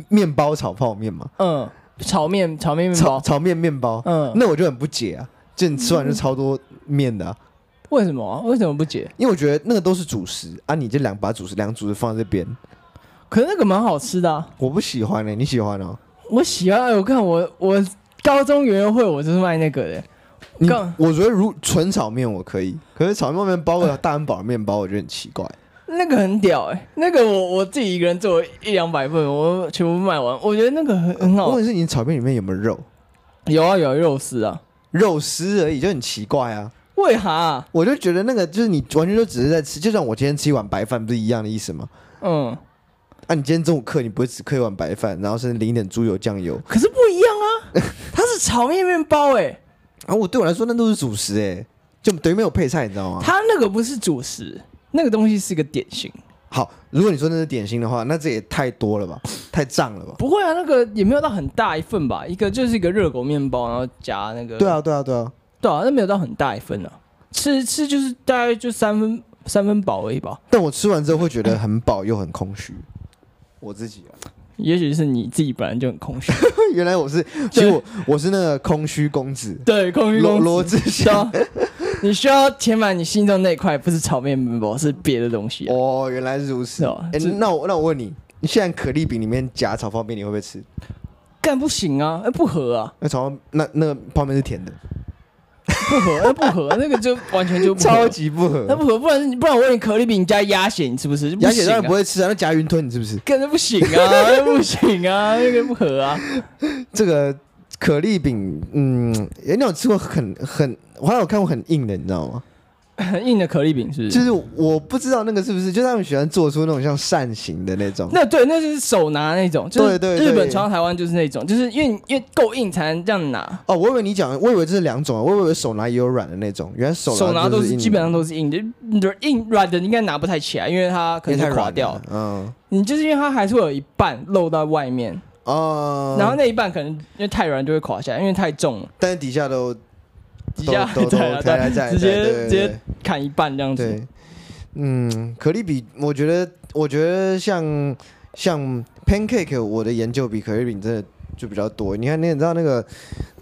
[SPEAKER 1] 面包炒泡面吗？
[SPEAKER 2] 嗯，炒面炒面面
[SPEAKER 1] 炒
[SPEAKER 2] 包，
[SPEAKER 1] 炒面面包，
[SPEAKER 2] 嗯，
[SPEAKER 1] 那我就很不解啊，就你吃完就超多面的啊，
[SPEAKER 2] 为什么啊为什么不解？
[SPEAKER 1] 因为我觉得那个都是主食啊，你这两把主食，两主食放在这边，
[SPEAKER 2] 可是那个蛮好吃的啊，
[SPEAKER 1] 我不喜欢呢、你喜欢哦？
[SPEAKER 2] 我喜欢，哎我看我我高中园游会我就是卖那个的，
[SPEAKER 1] 你
[SPEAKER 2] 干
[SPEAKER 1] 我觉得如纯炒面我可以，可是炒面外面包个大汉堡的面包，我觉得很奇怪。
[SPEAKER 2] 那个很屌哎、那个我我自己一个人做一两百份，我全部卖完，我觉得那个很很好
[SPEAKER 1] 问。题是你炒面里面有没有肉？
[SPEAKER 2] 有啊有啊肉丝啊，
[SPEAKER 1] 肉丝而已，就很奇怪啊！
[SPEAKER 2] 为啥、啊？
[SPEAKER 1] 我就觉得那个就是你完全就只是在吃，就像我今天吃一碗白饭，不是一样的意思吗？
[SPEAKER 2] 嗯，
[SPEAKER 1] 啊，你今天中午嗑，你不会只嗑一碗白饭，然后甚至淋一点猪油酱油
[SPEAKER 2] 可是不一样啊，它是炒面面包哎、
[SPEAKER 1] 啊？我对我来说那都是主食哎、就等于没有配菜，你知道吗？
[SPEAKER 2] 它那个不是主食，那个东西是一个点心。
[SPEAKER 1] 好，如果你说那是点心的话，那这也太多了吧，太胀了吧？
[SPEAKER 2] 不会啊，那个也没有到很大一份吧，一个就是一个热狗面包，然后夹那个。
[SPEAKER 1] 对，啊，对啊，对啊，
[SPEAKER 2] 对啊，那没有到很大一份啊，吃吃就是大概就三分三分饱而已吧。
[SPEAKER 1] 但我吃完之后会觉得很饱又很空虚，我自己啊。
[SPEAKER 2] 也许是你自己本来就很空 虚，
[SPEAKER 1] 原来我是，其实我我是那个空虚公子，
[SPEAKER 2] 对，空虚
[SPEAKER 1] 罗
[SPEAKER 2] 公子
[SPEAKER 1] 罗志
[SPEAKER 2] 需
[SPEAKER 1] 祥。
[SPEAKER 2] 要，你需要填满你心中那一块，不是炒面面包，是别的东西、啊。
[SPEAKER 1] 哦，原来是如此。
[SPEAKER 2] 是哦
[SPEAKER 1] 诶
[SPEAKER 2] 这
[SPEAKER 1] 哎那我那我问你，你现在可丽饼里面夹炒泡面，你会不会吃？
[SPEAKER 2] 干不行啊，哎不合啊，
[SPEAKER 1] 那炒泡那那泡面是甜的，
[SPEAKER 2] 不合，哎不 合，那个就完全就不合
[SPEAKER 1] 超级不合。
[SPEAKER 2] 那不合，不然不然我问你，可丽饼加鸭血，你吃不吃？
[SPEAKER 1] 雅姐当然不
[SPEAKER 2] 会，
[SPEAKER 1] 会吃啊，那夹云吞你是不是？
[SPEAKER 2] 干那不行 啊，那不行啊，那个不合啊。
[SPEAKER 1] 这个可丽饼，嗯，诶你有吃过很很，我还有看过很硬的，你知道吗？
[SPEAKER 2] 很硬的可丽饼是不？
[SPEAKER 1] 就是是我不知道那个是不是，就是他们喜欢做出那种像扇形的那种。
[SPEAKER 2] 那对，那就是手拿那种，就是
[SPEAKER 1] 对对对
[SPEAKER 2] 日本传到台湾就是那种，就是因为你因为够硬才能这样拿，
[SPEAKER 1] 哦，我以为你讲，我以为这是两种啊，我以为手拿也有软的那种，原来手
[SPEAKER 2] 手
[SPEAKER 1] 拿
[SPEAKER 2] 拿都
[SPEAKER 1] 就是是
[SPEAKER 2] 基本上都是硬的，硬软的你应该拿不太起来，因为它可
[SPEAKER 1] 也
[SPEAKER 2] 能
[SPEAKER 1] 太
[SPEAKER 2] 会
[SPEAKER 1] 软
[SPEAKER 2] 垮
[SPEAKER 1] 了
[SPEAKER 2] 掉。，
[SPEAKER 1] 嗯。
[SPEAKER 2] 你就是因为它还是会有一半露到外面，
[SPEAKER 1] 哦，
[SPEAKER 2] 然后那一半可能因为太软就会垮下来，因为太重了，
[SPEAKER 1] 但是底下都
[SPEAKER 2] 底下
[SPEAKER 1] 都都都
[SPEAKER 2] 对啊对
[SPEAKER 1] 在
[SPEAKER 2] 啊
[SPEAKER 1] 在
[SPEAKER 2] 直接
[SPEAKER 1] 对对
[SPEAKER 2] 直接砍一半这样
[SPEAKER 1] 对
[SPEAKER 2] 子。
[SPEAKER 1] 对，嗯，可丽饼，我觉得我觉得像像 pancake，我的研究比可丽饼真的就比较多。你看，你也知道那个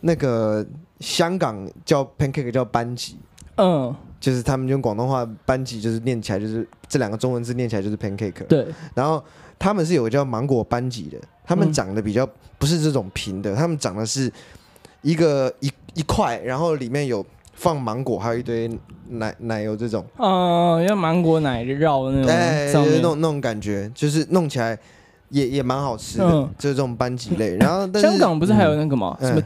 [SPEAKER 1] 那个香港叫 pancake 叫班戟，
[SPEAKER 2] 嗯，
[SPEAKER 1] 就是他们用广东话班戟就是念起来就是这两个中文字念起来就是 pancake，
[SPEAKER 2] 对，
[SPEAKER 1] 然后他们是有个叫芒果班戟的，他们
[SPEAKER 2] 嗯
[SPEAKER 1] 长得比较不是这种平的，他们长的是一个一一块，然后里面有放芒果，还有一堆奶奶油这种，
[SPEAKER 2] 嗯，要芒果奶绕的那种、
[SPEAKER 1] 哎，就
[SPEAKER 2] 上
[SPEAKER 1] 是
[SPEAKER 2] 面
[SPEAKER 1] 那，种那种感觉，就是弄起来也也蛮好吃的，
[SPEAKER 2] 嗯
[SPEAKER 1] 就是这种班级类。然 后，但是
[SPEAKER 2] 香港不是还有那个吗？
[SPEAKER 1] 嗯
[SPEAKER 2] 什么？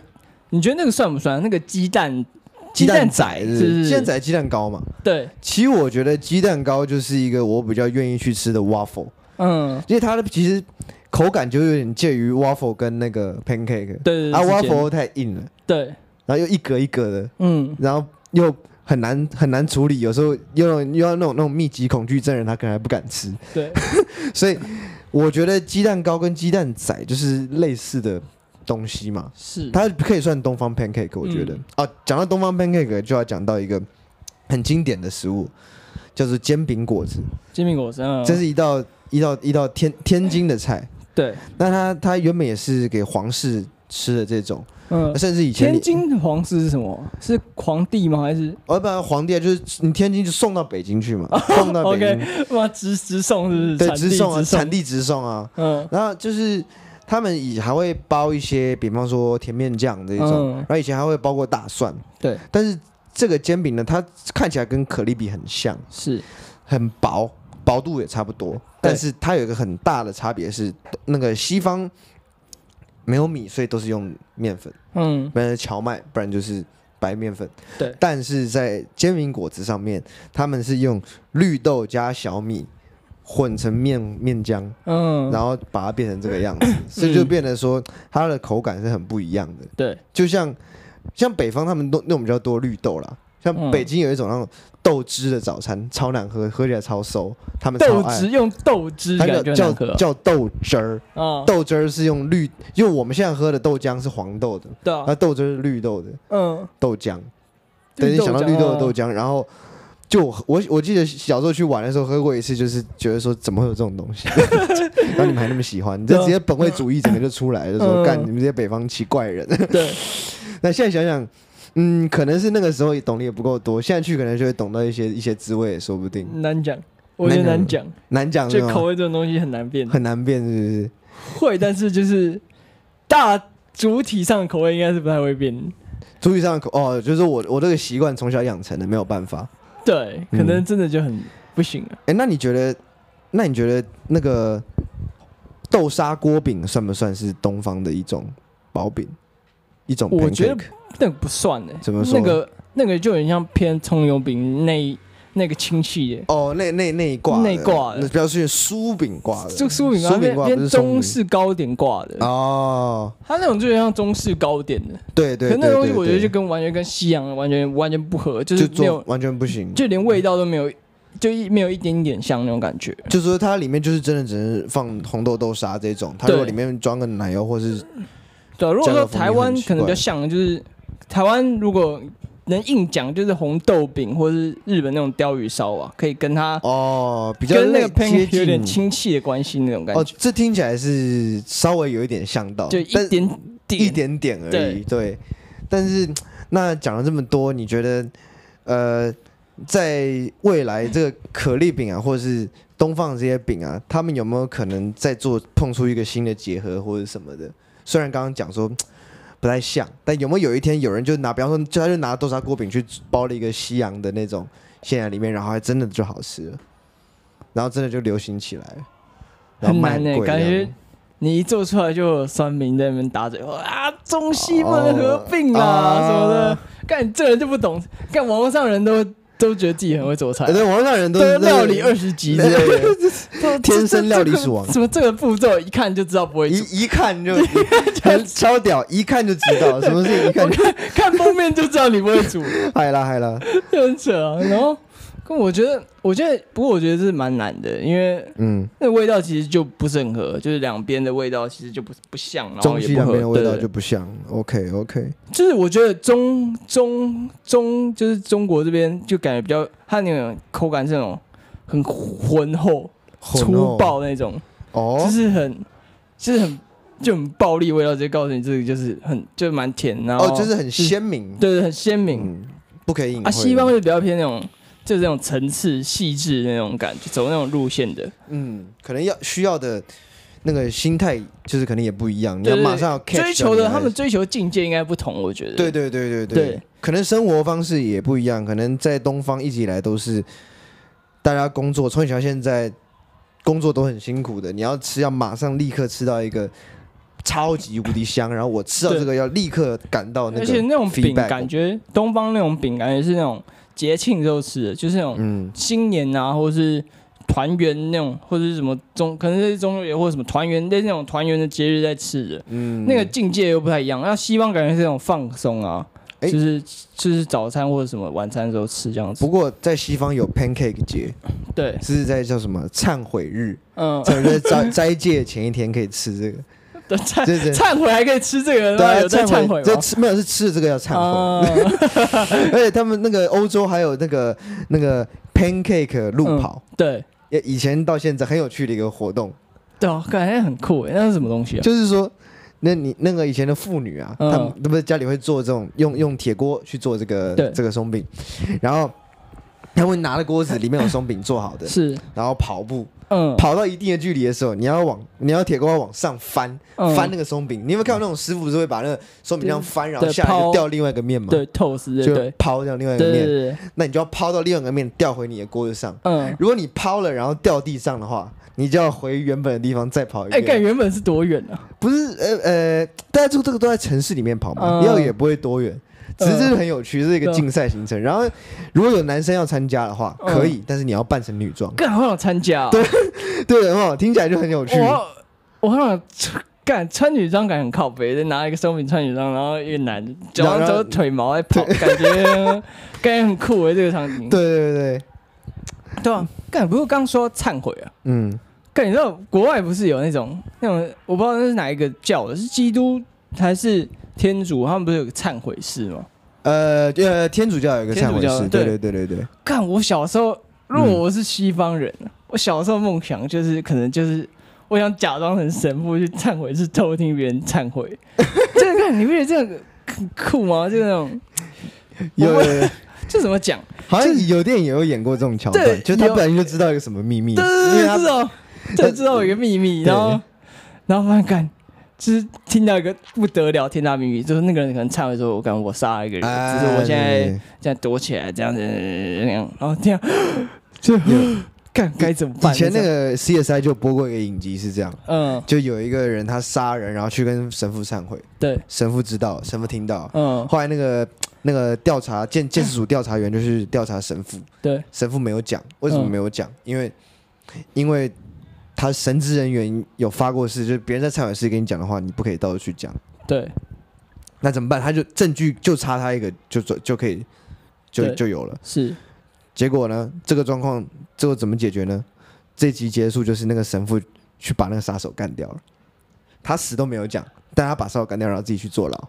[SPEAKER 2] 你觉得那个算不算？那个鸡蛋鸡蛋仔
[SPEAKER 1] 是
[SPEAKER 2] 是
[SPEAKER 1] 不
[SPEAKER 2] 不
[SPEAKER 1] 是
[SPEAKER 2] 是？
[SPEAKER 1] 鸡蛋仔鸡蛋糕嘛？
[SPEAKER 2] 对，
[SPEAKER 1] 其实我觉得鸡蛋糕就是一个我比较愿意去吃的 waffle，
[SPEAKER 2] 嗯，
[SPEAKER 1] 因为它的其实口感就有点介于 waffle 跟那个 pancake，
[SPEAKER 2] 对对对，
[SPEAKER 1] 啊
[SPEAKER 2] 之前
[SPEAKER 1] waffle 太硬了，
[SPEAKER 2] 对，
[SPEAKER 1] 然后又一格一格的，
[SPEAKER 2] 嗯，
[SPEAKER 1] 然后又很难很难处理，有时候又又要那种那种密集恐惧症人，他可能还不敢吃，
[SPEAKER 2] 对，
[SPEAKER 1] 所以我觉得鸡蛋糕跟鸡蛋仔就是类似的东西嘛，
[SPEAKER 2] 是，
[SPEAKER 1] 它可以算东方 pancake，我觉得。
[SPEAKER 2] 嗯
[SPEAKER 1] 哦，讲到东方 pancake 就要讲到一个很经典的食物，叫做煎饼果子，
[SPEAKER 2] 煎饼果子，嗯，
[SPEAKER 1] 这是一道一道一道天天津的菜。
[SPEAKER 2] 对，
[SPEAKER 1] 那它它原本也是给皇室吃的这种，
[SPEAKER 2] 嗯，
[SPEAKER 1] 甚至以前
[SPEAKER 2] 天津的皇室是什么？是皇帝吗？还是
[SPEAKER 1] 哦，不然皇帝啊就是你天津就送到北京去 嘛，送到北京。
[SPEAKER 2] 哇直直送是不是？
[SPEAKER 1] 对，
[SPEAKER 2] 哦产地
[SPEAKER 1] 直送啊，
[SPEAKER 2] 直送
[SPEAKER 1] 产地直送啊。
[SPEAKER 2] 嗯
[SPEAKER 1] 然后就是他们以还会包一些，比方说甜面酱这一种，
[SPEAKER 2] 嗯
[SPEAKER 1] 然后以前还会包过大蒜。
[SPEAKER 2] 对，
[SPEAKER 1] 但是这个煎饼呢，它看起来跟可丽饼很像，
[SPEAKER 2] 是，
[SPEAKER 1] 很薄，薄度也差不多，但是它有一个很大的差别是，那个西方没有米，所以都是用面粉，
[SPEAKER 2] 嗯
[SPEAKER 1] 不然就是荞麦，不然就是。白面粉，
[SPEAKER 2] 对
[SPEAKER 1] 但是在煎饼果子上面，他们是用绿豆加小米混成面面浆，
[SPEAKER 2] 嗯，
[SPEAKER 1] 然后把它变成这个样子，所以就变得说它的口感是很不一样的。
[SPEAKER 2] 对，
[SPEAKER 1] 就像像北方他们都那种比较多绿豆啦，像
[SPEAKER 2] 嗯
[SPEAKER 1] 北京有一种那种豆汁的早餐，超难喝，喝起来超馊，他们超
[SPEAKER 2] 豆
[SPEAKER 1] 爱
[SPEAKER 2] 汁。用豆汁
[SPEAKER 1] 它
[SPEAKER 2] 感
[SPEAKER 1] 叫
[SPEAKER 2] 觉
[SPEAKER 1] 叫
[SPEAKER 2] 很可
[SPEAKER 1] 叫豆汁儿，
[SPEAKER 2] 啊，
[SPEAKER 1] 豆汁儿是用绿，因为我们现在喝的豆浆是黄豆的，
[SPEAKER 2] 对啊
[SPEAKER 1] 那，豆汁儿是绿豆的
[SPEAKER 2] 嗯，
[SPEAKER 1] 豆浆。等你想到绿豆的豆浆，然后就我我我记得小时候去玩的时候喝过一次，就是觉得说怎么会有这种东西， 然后你们还那么喜欢，你这直接本位主义整个就出来了，就说
[SPEAKER 2] 嗯
[SPEAKER 1] 干你们这些北方奇怪人。
[SPEAKER 2] 浆，啊对，
[SPEAKER 1] 那现在想想，嗯，可能是那个时候懂得也不够多，现在去可能就会懂到一些一些滋味，也说不定
[SPEAKER 2] 难讲，我觉得难讲，
[SPEAKER 1] 难讲，
[SPEAKER 2] 嗯这
[SPEAKER 1] 是吗
[SPEAKER 2] 口味这种东西很难变，
[SPEAKER 1] 很难变，是不是？
[SPEAKER 2] 会，但是就是大主体上的口味应该是不太会变。
[SPEAKER 1] 注意上的口哦，就是我我这个习惯从小养成的，没有办法。
[SPEAKER 2] 对，
[SPEAKER 1] 嗯
[SPEAKER 2] 可能真的就很不行啊了。
[SPEAKER 1] 哎，那你觉得，那你觉得那个豆沙锅饼算不算是东方的一种薄饼，一种 pancake？
[SPEAKER 2] 我觉得那个不算哎、
[SPEAKER 1] 怎么说
[SPEAKER 2] 那个那个就有点像偏葱油饼那一那个亲戚耶、
[SPEAKER 1] 哦，那那那一挂的
[SPEAKER 2] 那一挂的
[SPEAKER 1] 那标示酥饼挂的，
[SPEAKER 2] 就酥饼
[SPEAKER 1] 酥
[SPEAKER 2] 啊，
[SPEAKER 1] 饼
[SPEAKER 2] 边
[SPEAKER 1] 挂不
[SPEAKER 2] 边
[SPEAKER 1] 是松
[SPEAKER 2] 中
[SPEAKER 1] 饼
[SPEAKER 2] 式糕点挂的，
[SPEAKER 1] 哦，
[SPEAKER 2] 它那种就有点像中式糕点的。
[SPEAKER 1] 对对
[SPEAKER 2] 可
[SPEAKER 1] 对，
[SPEAKER 2] 那东西
[SPEAKER 1] 对
[SPEAKER 2] 我觉得就
[SPEAKER 1] 对
[SPEAKER 2] 跟完全跟西洋完全完全不合，就是
[SPEAKER 1] 就
[SPEAKER 2] 没
[SPEAKER 1] 做
[SPEAKER 2] 有，
[SPEAKER 1] 完全不行，就
[SPEAKER 2] 就连味道都没有，就一没有一点点像那种感觉。
[SPEAKER 1] 就是说它里面就是真的只能放红豆豆沙这种，它如果
[SPEAKER 2] 对
[SPEAKER 1] 里面装个奶油或是
[SPEAKER 2] 对啊，如果
[SPEAKER 1] 这样
[SPEAKER 2] 说
[SPEAKER 1] 的风
[SPEAKER 2] 台
[SPEAKER 1] 味
[SPEAKER 2] 湾
[SPEAKER 1] 很奇
[SPEAKER 2] 可能比
[SPEAKER 1] 怪
[SPEAKER 2] 较像，就是台湾如果能硬讲，就是红豆饼或是日本那种鲷鱼烧啊，可以跟它
[SPEAKER 1] 哦比较
[SPEAKER 2] 跟那
[SPEAKER 1] 类
[SPEAKER 2] 个 p
[SPEAKER 1] 接
[SPEAKER 2] a 有点
[SPEAKER 1] 近
[SPEAKER 2] 亲戚的关系那种感
[SPEAKER 1] 哦，
[SPEAKER 2] 觉，
[SPEAKER 1] 这听起来是稍微有一点像到，
[SPEAKER 2] 就
[SPEAKER 1] 但
[SPEAKER 2] 一点点
[SPEAKER 1] 一点点而已。对，
[SPEAKER 2] 对
[SPEAKER 1] 但是那讲了这么多，你觉得呃，在未来这个可丽饼啊，或者是东方这些饼啊，他们有没有可能再做碰出一个新的结合或者什么的？虽然刚刚讲说不太像，但有没有有一天有人就拿，比方说，就他就拿豆沙锅饼去包了一个西洋的那种馅在里面，然后还真的就好吃了，然后真的就流行起来了，然后
[SPEAKER 2] 很
[SPEAKER 1] 卖
[SPEAKER 2] 难呢、欸
[SPEAKER 1] 贵
[SPEAKER 2] 感
[SPEAKER 1] 这样
[SPEAKER 2] 觉。你一做出来就有酸民在那边打嘴炮啊，中西不能合并啊
[SPEAKER 1] 哦
[SPEAKER 2] 什么的，干你这人就不懂，干网络上人都都觉得自己很会做菜
[SPEAKER 1] 哎，，对，网络上人都
[SPEAKER 2] 都
[SPEAKER 1] 是
[SPEAKER 2] 料理二十级 之类的，都
[SPEAKER 1] 天生料理鼠王
[SPEAKER 2] 什么这个步骤一看就知道不会煮，
[SPEAKER 1] 一一看 就很超屌，一看就知道什么事，一看就
[SPEAKER 2] 看封面就知道你不会煮，
[SPEAKER 1] 嗨啦嗨啦，
[SPEAKER 2] 就很扯啊。然后，跟我觉得，我觉得，不过我觉得是蛮难的，因为
[SPEAKER 1] 嗯，
[SPEAKER 2] 那味道其实就不是很合，就是两边的味道其实就不不像，然后
[SPEAKER 1] 中
[SPEAKER 2] 也
[SPEAKER 1] 西
[SPEAKER 2] 不
[SPEAKER 1] 两
[SPEAKER 2] 合。
[SPEAKER 1] 边的味道
[SPEAKER 2] 对
[SPEAKER 1] 就不像。OK OK，
[SPEAKER 2] 就是我觉得中中中就是中国这边就感觉比较它那种口感是那种很浑厚、粗暴那种，就
[SPEAKER 1] Oh 哦
[SPEAKER 2] 是很就是很就很暴力味道，直接告诉你这个就是很就蛮甜，然后
[SPEAKER 1] 哦，就是很鲜明，
[SPEAKER 2] 对对很鲜明
[SPEAKER 1] 嗯，不可以隐晦。
[SPEAKER 2] 啊。西方就比较偏那种就是那种层次细致的那种感觉，走那种路线的，
[SPEAKER 1] 嗯，可能要需要的那个心态就是可能也不一样，你
[SPEAKER 2] 对
[SPEAKER 1] 要
[SPEAKER 2] 对
[SPEAKER 1] 马上要 catch
[SPEAKER 2] 追求
[SPEAKER 1] 到
[SPEAKER 2] 的，
[SPEAKER 1] 女孩
[SPEAKER 2] 他们追求境界应该不同，我觉得。
[SPEAKER 1] 对对对对
[SPEAKER 2] 对
[SPEAKER 1] 可能生活方式也不一样，可能在东方一直以来都是大家工作从以前到现在工作都很辛苦的，你要吃要马上立刻吃到一个超级无敌香，然后我吃到
[SPEAKER 2] 对
[SPEAKER 1] 这个要立刻感到那个，
[SPEAKER 2] 而且那种饼
[SPEAKER 1] feedback
[SPEAKER 2] 感觉，东方那种饼感觉是那种节庆时候吃的，就是那种
[SPEAKER 1] 嗯，
[SPEAKER 2] 新年啊，或是团圆那种，或者是什么中，可能是中秋节或者什么团圆，类似那种团圆的节日在吃的，
[SPEAKER 1] 嗯
[SPEAKER 2] 那个境界又不太一样。那西方感觉是那种放松啊，
[SPEAKER 1] 哎
[SPEAKER 2] 就是就是早餐或者什么晚餐的时候吃这样子
[SPEAKER 1] 不。过在西方有 pancake 节，
[SPEAKER 2] 对，
[SPEAKER 1] 这是在叫什么忏悔日，
[SPEAKER 2] 嗯，
[SPEAKER 1] 忏悔日斋斋戒前一天可以吃 这个，
[SPEAKER 2] 忏
[SPEAKER 1] 对对
[SPEAKER 2] 忏悔还可以吃这个，
[SPEAKER 1] 对啊，
[SPEAKER 2] 哦有在忏悔
[SPEAKER 1] 这
[SPEAKER 2] 吗？哦
[SPEAKER 1] 吃没有是吃的这个要忏悔。
[SPEAKER 2] 悔，
[SPEAKER 1] 而且他们那个欧洲还有那个那个 pancake 路跑，
[SPEAKER 2] 对
[SPEAKER 1] 也、以前到现在很有趣的一个活动，
[SPEAKER 2] 对啊，感觉很酷诶，那是什么东西啊？
[SPEAKER 1] 就是说，那你那个以前的妇女啊，
[SPEAKER 2] 嗯
[SPEAKER 1] 她们那不是家里会做这种用用铁锅去做这个
[SPEAKER 2] 对，
[SPEAKER 1] 这个松饼，然后她会拿着锅子里面有松饼做好的
[SPEAKER 2] 是，
[SPEAKER 1] 然后跑步，
[SPEAKER 2] 嗯，
[SPEAKER 1] 跑到一定的距离的时候，你要往你要铁锅要往上翻、
[SPEAKER 2] 嗯
[SPEAKER 1] 翻那个松饼，你有没有看到那种师傅是会把那个松饼这样翻，然后
[SPEAKER 2] 对
[SPEAKER 1] 下来就
[SPEAKER 2] 抛
[SPEAKER 1] 掉另外一个面嘛？
[SPEAKER 2] 对，toast，对
[SPEAKER 1] 就
[SPEAKER 2] 对
[SPEAKER 1] 抛掉另外一
[SPEAKER 2] 对
[SPEAKER 1] 个面，
[SPEAKER 2] 对对，
[SPEAKER 1] 那你就要抛到另外一个面掉回你的锅子上。
[SPEAKER 2] 嗯，
[SPEAKER 1] 如果你抛了然后掉地上的话，你就要回原本的地方再跑一
[SPEAKER 2] 哎，干
[SPEAKER 1] 遍。
[SPEAKER 2] 原本是多远啊？
[SPEAKER 1] 不是呃呃，大家做这个都在城市里面跑嘛，
[SPEAKER 2] 嗯
[SPEAKER 1] 要、也不会多远。只是这是很有趣，这是一个
[SPEAKER 2] 对
[SPEAKER 1] 竞赛行程。然后如果有男生要参加的话，
[SPEAKER 2] 嗯
[SPEAKER 1] 可以，但是你要扮成女装。
[SPEAKER 2] 干，好想参加、啊对，
[SPEAKER 1] 对，很好，听起来就很有趣。
[SPEAKER 2] 我我好想干穿女装，感觉很靠背，再拿一个松饼穿女装，然后一个男的脚上
[SPEAKER 1] 然后
[SPEAKER 2] 都是腿毛在跑，感觉感觉很酷诶，这个场
[SPEAKER 1] 对
[SPEAKER 2] 景。
[SPEAKER 1] 对对对，
[SPEAKER 2] 对啊，干，不过刚说到忏悔啊，
[SPEAKER 1] 嗯，
[SPEAKER 2] 干，你知道国外不是有那种那种，我不知道那是哪一个教的，是基督还是天主？他们不是有个忏悔室吗？
[SPEAKER 1] 呃呃，天主教有一个忏悔
[SPEAKER 2] 天主
[SPEAKER 1] 室，
[SPEAKER 2] 教
[SPEAKER 1] 对
[SPEAKER 2] 对
[SPEAKER 1] 对对对对，
[SPEAKER 2] 干，我小时候，如果我是西方人，
[SPEAKER 1] 嗯
[SPEAKER 2] 我小时候梦想就是可能就是我想假装成神父去忏悔，是偷听别人 忏悔。这个你不觉得这个很酷吗？就那种
[SPEAKER 1] 有有有，
[SPEAKER 2] 这怎么讲？
[SPEAKER 1] 好像有电影也有演过这种桥
[SPEAKER 2] 对
[SPEAKER 1] 段，就是他
[SPEAKER 2] 有
[SPEAKER 1] 本来就知道一个什么秘密，
[SPEAKER 2] 对
[SPEAKER 1] 因为
[SPEAKER 2] 对
[SPEAKER 1] 他
[SPEAKER 2] 对，知道，这知道有一个秘密，
[SPEAKER 1] 对
[SPEAKER 2] 然后然后发现干。就是听到一个不得了天大秘密，就是那个人可能忏悔说：“我感我杀了一个人，
[SPEAKER 1] 哎
[SPEAKER 2] 只是我
[SPEAKER 1] 对
[SPEAKER 2] 现在
[SPEAKER 1] 对
[SPEAKER 2] 这样躲起来，这样子这样，然后这样就干该怎么办？”
[SPEAKER 1] 以前那
[SPEAKER 2] 种
[SPEAKER 1] 个 CSI 就播过一个影集是这样，
[SPEAKER 2] 嗯，
[SPEAKER 1] 就有一个人他杀人，然后去跟神父忏悔，
[SPEAKER 2] 对，
[SPEAKER 1] 神父知道，神父听到，
[SPEAKER 2] 嗯，
[SPEAKER 1] 后来那个那个调查建建设组调查员就去调查神父，
[SPEAKER 2] 对，
[SPEAKER 1] 神父没有讲，为什么
[SPEAKER 2] 嗯
[SPEAKER 1] 没有讲？因为因为他神职人员有发过誓，就是别人在忏悔室跟你讲的话，你不可以到处去讲，
[SPEAKER 2] 对，
[SPEAKER 1] 那怎么办？他就证据就差他一个，就就就可以就
[SPEAKER 2] 对
[SPEAKER 1] 就有了。
[SPEAKER 2] 是，
[SPEAKER 1] 结果呢，这个状况最后怎么解决呢？这集结束就是那个神父去把那个杀手干掉了，他死都没有讲，但他把杀手干掉，然后自己去坐牢。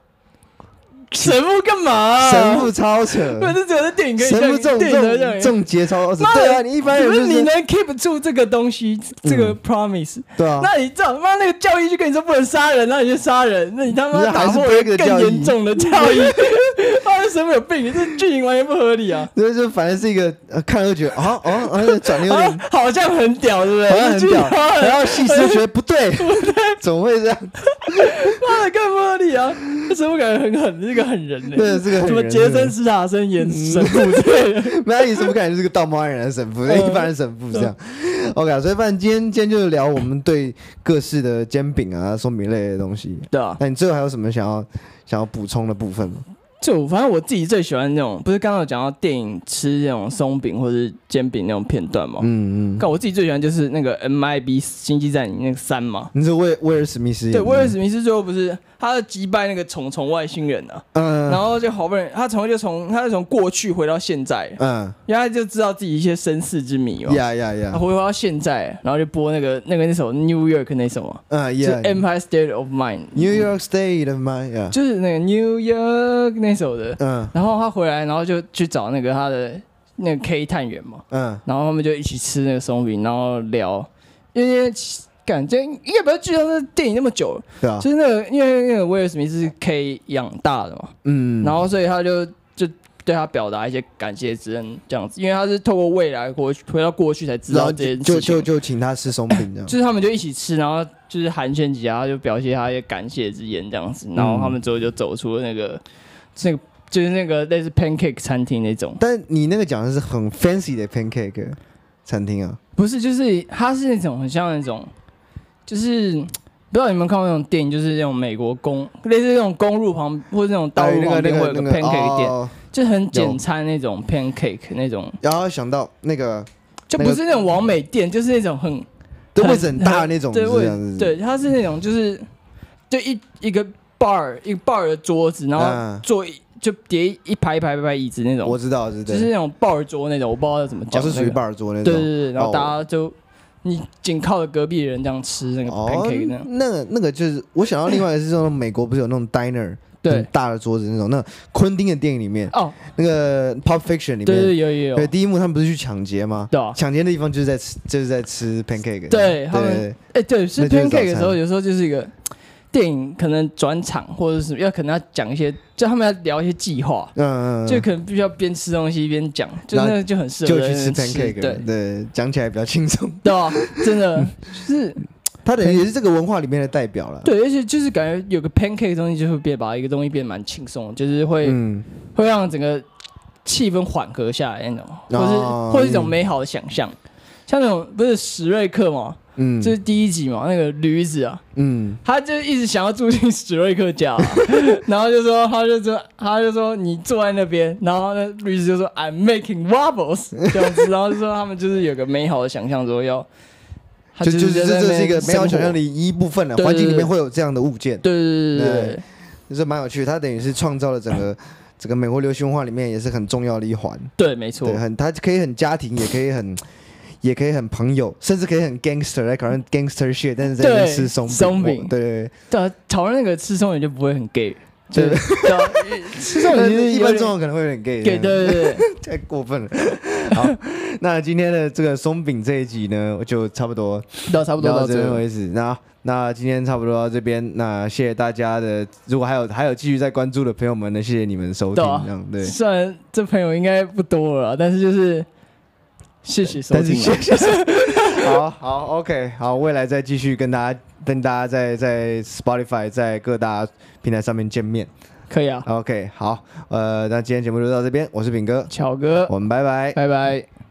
[SPEAKER 2] 神父干嘛、
[SPEAKER 1] 神父超扯，
[SPEAKER 2] 不是只有在电影啊可以
[SPEAKER 1] 神父这种
[SPEAKER 2] 电影才这
[SPEAKER 1] 这种
[SPEAKER 2] 样
[SPEAKER 1] 这种节操，
[SPEAKER 2] 妈的
[SPEAKER 1] 对啊，你一般人
[SPEAKER 2] 不
[SPEAKER 1] 就是
[SPEAKER 2] 你
[SPEAKER 1] 是
[SPEAKER 2] 能 keep 住这个东西，这个 promise，、
[SPEAKER 1] 对啊，
[SPEAKER 2] 那你知道妈那个教义就跟你说不能杀人，那你就杀人，那你他妈
[SPEAKER 1] 那还
[SPEAKER 2] 打
[SPEAKER 1] 是
[SPEAKER 2] 破
[SPEAKER 1] break 的教
[SPEAKER 2] 更
[SPEAKER 1] 义
[SPEAKER 2] 严重的教义，妈的神父有病，这剧情完全不合理啊！
[SPEAKER 1] 所以就反正是一个呃看了就觉得啊哦，好像转的有点
[SPEAKER 2] 啊，哎好像很屌，对不对？
[SPEAKER 1] 好像很屌，
[SPEAKER 2] 这剧情好像
[SPEAKER 1] 然后细思觉得不对，怎么会这样？
[SPEAKER 2] 妈的更不合理啊！这神父感觉很狠，这个狠人呢、
[SPEAKER 1] 对，嗯这个很
[SPEAKER 2] 什么
[SPEAKER 1] 人
[SPEAKER 2] 杰
[SPEAKER 1] 这个
[SPEAKER 2] 森·斯塔森演神父之类的，嗯
[SPEAKER 1] 没有，你怎么感觉是个道貌岸然的神父， 一般的神父这样。OK，所以反正今天今天就是聊我们对各式的煎饼啊、松饼类的东西。
[SPEAKER 2] 对啊。
[SPEAKER 1] 那你最后还有什么想要想要补充的部分吗？
[SPEAKER 2] 就反正我自己最喜欢那种，不是刚刚有讲到电影吃那种松饼或是煎饼那种片段嘛？
[SPEAKER 1] 嗯嗯，
[SPEAKER 2] 看、我自己最喜欢就是那个 MIB 星际战里那个三嘛。
[SPEAKER 1] 你是威威尔史密斯演
[SPEAKER 2] 对，
[SPEAKER 1] 的？
[SPEAKER 2] 威尔史密斯最后不是他要击败那个虫虫外星人啊，然
[SPEAKER 1] 嗯
[SPEAKER 2] 后就好不容易他从就从他就从过去回到现在，
[SPEAKER 1] 嗯，
[SPEAKER 2] 因为他就知道自己一些身世之谜嘛，
[SPEAKER 1] 呀呀
[SPEAKER 2] 他
[SPEAKER 1] 呀，
[SPEAKER 2] 回到现在，然后就播那个那个那首 New York 那首嘛，
[SPEAKER 1] 嗯
[SPEAKER 2] 就
[SPEAKER 1] 呀
[SPEAKER 2] Empire State of Mind，
[SPEAKER 1] ，New York State of Mine 呀，
[SPEAKER 2] 就是那个 New York 那首的，
[SPEAKER 1] 嗯
[SPEAKER 2] 然后他回来，然后就去找那个他的那个 K 探员嘛，
[SPEAKER 1] 嗯，
[SPEAKER 2] 然后他们就一起吃那个松饼，然后聊，因为感觉应该不要剧透那电影那么久了，
[SPEAKER 1] 对啊，
[SPEAKER 2] 就是那个因为那个威尔史密斯是 K 养大的嘛，
[SPEAKER 1] 嗯，
[SPEAKER 2] 然后所以他就就对他表达一些感谢之恩这样子，因为他是透过未来过去回到过去才知
[SPEAKER 1] 然后
[SPEAKER 2] 道这
[SPEAKER 1] 就
[SPEAKER 2] 件事
[SPEAKER 1] 就
[SPEAKER 2] 情。
[SPEAKER 1] 就就请他吃松饼这样。
[SPEAKER 2] 就是他们就一起吃，然后就是寒暄几啊下，就表现他一些感谢之言这样子。然后他们之后就走出那个、那个就是那个类似 pancake 餐厅那种，
[SPEAKER 1] 但你那个讲的是很 fancy 的 pancake 餐厅啊，
[SPEAKER 2] 不是就是它是那种很像那种，就是不知道你们看过那种电影，就是那种美国公类似那种公路旁或者那种道
[SPEAKER 1] 还有
[SPEAKER 2] 路
[SPEAKER 1] 哎那个
[SPEAKER 2] 旁边会
[SPEAKER 1] 那
[SPEAKER 2] 有
[SPEAKER 1] 个那
[SPEAKER 2] 个 pancake 店，
[SPEAKER 1] 哦
[SPEAKER 2] 就很
[SPEAKER 1] 有
[SPEAKER 2] 简餐那种 pancake 那种，
[SPEAKER 1] 然后想到那个
[SPEAKER 2] 就
[SPEAKER 1] 那个
[SPEAKER 2] 不是那种完美店，就是那种很
[SPEAKER 1] 都位置很大的那种，
[SPEAKER 2] 对，
[SPEAKER 1] 是
[SPEAKER 2] 我
[SPEAKER 1] 这
[SPEAKER 2] 也
[SPEAKER 1] 样子。
[SPEAKER 2] 对，它是那种就是就一一个 bar 一个 bar 的桌子，然后
[SPEAKER 1] 嗯
[SPEAKER 2] 坐一就叠一一排一排一排椅子那
[SPEAKER 1] 我
[SPEAKER 2] 种，
[SPEAKER 1] 知道，知道
[SPEAKER 2] 就是，那种 bar 桌那种，我不知道要怎么
[SPEAKER 1] 我
[SPEAKER 2] 讲、那
[SPEAKER 1] 哦是
[SPEAKER 2] 个
[SPEAKER 1] 属于巴尔桌那
[SPEAKER 2] 对对
[SPEAKER 1] 种。
[SPEAKER 2] 对，然后
[SPEAKER 1] 哦
[SPEAKER 2] 大家就、你紧靠着隔壁的人这样吃那个
[SPEAKER 1] 哦
[SPEAKER 2] pancake 那样，，
[SPEAKER 1] 那个那个就是我想到另外一个是那种美国不是有那种 diner 很
[SPEAKER 2] 对，
[SPEAKER 1] 大的桌子那种，那昆汀的电影里 面，
[SPEAKER 2] 哦，
[SPEAKER 1] 那个 Pulp Fiction 里
[SPEAKER 2] 对
[SPEAKER 1] 面，
[SPEAKER 2] 对有有
[SPEAKER 1] 对
[SPEAKER 2] 有，
[SPEAKER 1] 第一幕他们不是去抢劫吗？
[SPEAKER 2] 对啊，
[SPEAKER 1] 抢劫的地方就是在吃，就是在吃 pancake。
[SPEAKER 2] 对他们
[SPEAKER 1] 对
[SPEAKER 2] 哎、对，是
[SPEAKER 1] 那就是早
[SPEAKER 2] pancake 的时候，
[SPEAKER 1] 餐
[SPEAKER 2] 有时候就是一个。电影可能转场或者是什么，要可能要讲一些，就他们要聊一些计划，
[SPEAKER 1] 嗯，嗯嗯
[SPEAKER 2] 就可能必须要边吃东西边讲，就
[SPEAKER 1] 然后
[SPEAKER 2] 那个就很适合
[SPEAKER 1] 就
[SPEAKER 2] 在
[SPEAKER 1] 去
[SPEAKER 2] 那
[SPEAKER 1] 吃
[SPEAKER 2] 边
[SPEAKER 1] pancake，
[SPEAKER 2] 对，
[SPEAKER 1] 对，讲起来比较轻 松。
[SPEAKER 2] 对啊，真 的就是
[SPEAKER 1] 他等于 也是这个文化里面的代表了。，
[SPEAKER 2] 对，而且就是感觉有个 pancake 的东西，就会变把一个东西变蛮轻松，就是会、
[SPEAKER 1] 嗯，
[SPEAKER 2] 会让整个气氛缓和下来那种，或是、
[SPEAKER 1] 哦
[SPEAKER 2] 或是一种美好的想象，像那种不是史瑞克嘛，
[SPEAKER 1] 嗯，
[SPEAKER 2] 就是第一集嘛，那个驴子啊，
[SPEAKER 1] 嗯，
[SPEAKER 2] 他就一直想要住进史瑞克 家、啊，然后就说，他就说，他就说你坐在那边，然后那律师就说 I'm making wobbles 这样子，然后就说他们就是有个美好的想象，说要，他
[SPEAKER 1] 就就是
[SPEAKER 2] 在
[SPEAKER 1] 这
[SPEAKER 2] 那
[SPEAKER 1] 这
[SPEAKER 2] 边
[SPEAKER 1] 是一个美好想象
[SPEAKER 2] 生活，
[SPEAKER 1] 的一部分了，
[SPEAKER 2] 对对
[SPEAKER 1] 环境里面
[SPEAKER 2] 对
[SPEAKER 1] 会有这样的物件，
[SPEAKER 2] 对对对对对
[SPEAKER 1] 就是蛮有趣的。它等于是创造了整 个整个美国流行文化里面也是很重要的一环。
[SPEAKER 2] 对，没错
[SPEAKER 1] 对，，很，它可以很家庭，也可以很，也可以很朋友，甚至可以很 gangster 来讨论 gangster shit，但是在那边
[SPEAKER 2] 嗯对
[SPEAKER 1] 吃松饼，
[SPEAKER 2] 松饼
[SPEAKER 1] 我对对
[SPEAKER 2] 对啊，讨论那个吃松也就不会很 gay，
[SPEAKER 1] 对
[SPEAKER 2] 对对啊，
[SPEAKER 1] 对，
[SPEAKER 2] 吃松也
[SPEAKER 1] 但
[SPEAKER 2] 就是是
[SPEAKER 1] 一
[SPEAKER 2] 有
[SPEAKER 1] 般
[SPEAKER 2] 点
[SPEAKER 1] 状况可能会有点 gay，
[SPEAKER 2] gay，对对对，对
[SPEAKER 1] 太过 分了。好，那今天的这个松饼这一集呢，我就差不多
[SPEAKER 2] 到差不多
[SPEAKER 1] 聊到
[SPEAKER 2] 到这
[SPEAKER 1] 这边
[SPEAKER 2] 边，
[SPEAKER 1] 为止。那那今天差不多到这边，那谢谢大家的，如果还有还有继续在关注的朋友们呢，谢谢你们收听，
[SPEAKER 2] 对啊
[SPEAKER 1] 这样 对。
[SPEAKER 2] 虽然这朋友应该不多了啊，但是就是谢谢收
[SPEAKER 1] 但是
[SPEAKER 2] 听啊，
[SPEAKER 1] 谢谢， 好好 OK，好，未来再继续跟大家跟大家在在 Spotify 在各大平台上面见面。
[SPEAKER 2] 可以啊，
[SPEAKER 1] OK，好，呃，那今天节目就到这边，我是炳哥，
[SPEAKER 2] 巧哥，
[SPEAKER 1] 我们拜拜。
[SPEAKER 2] 拜拜。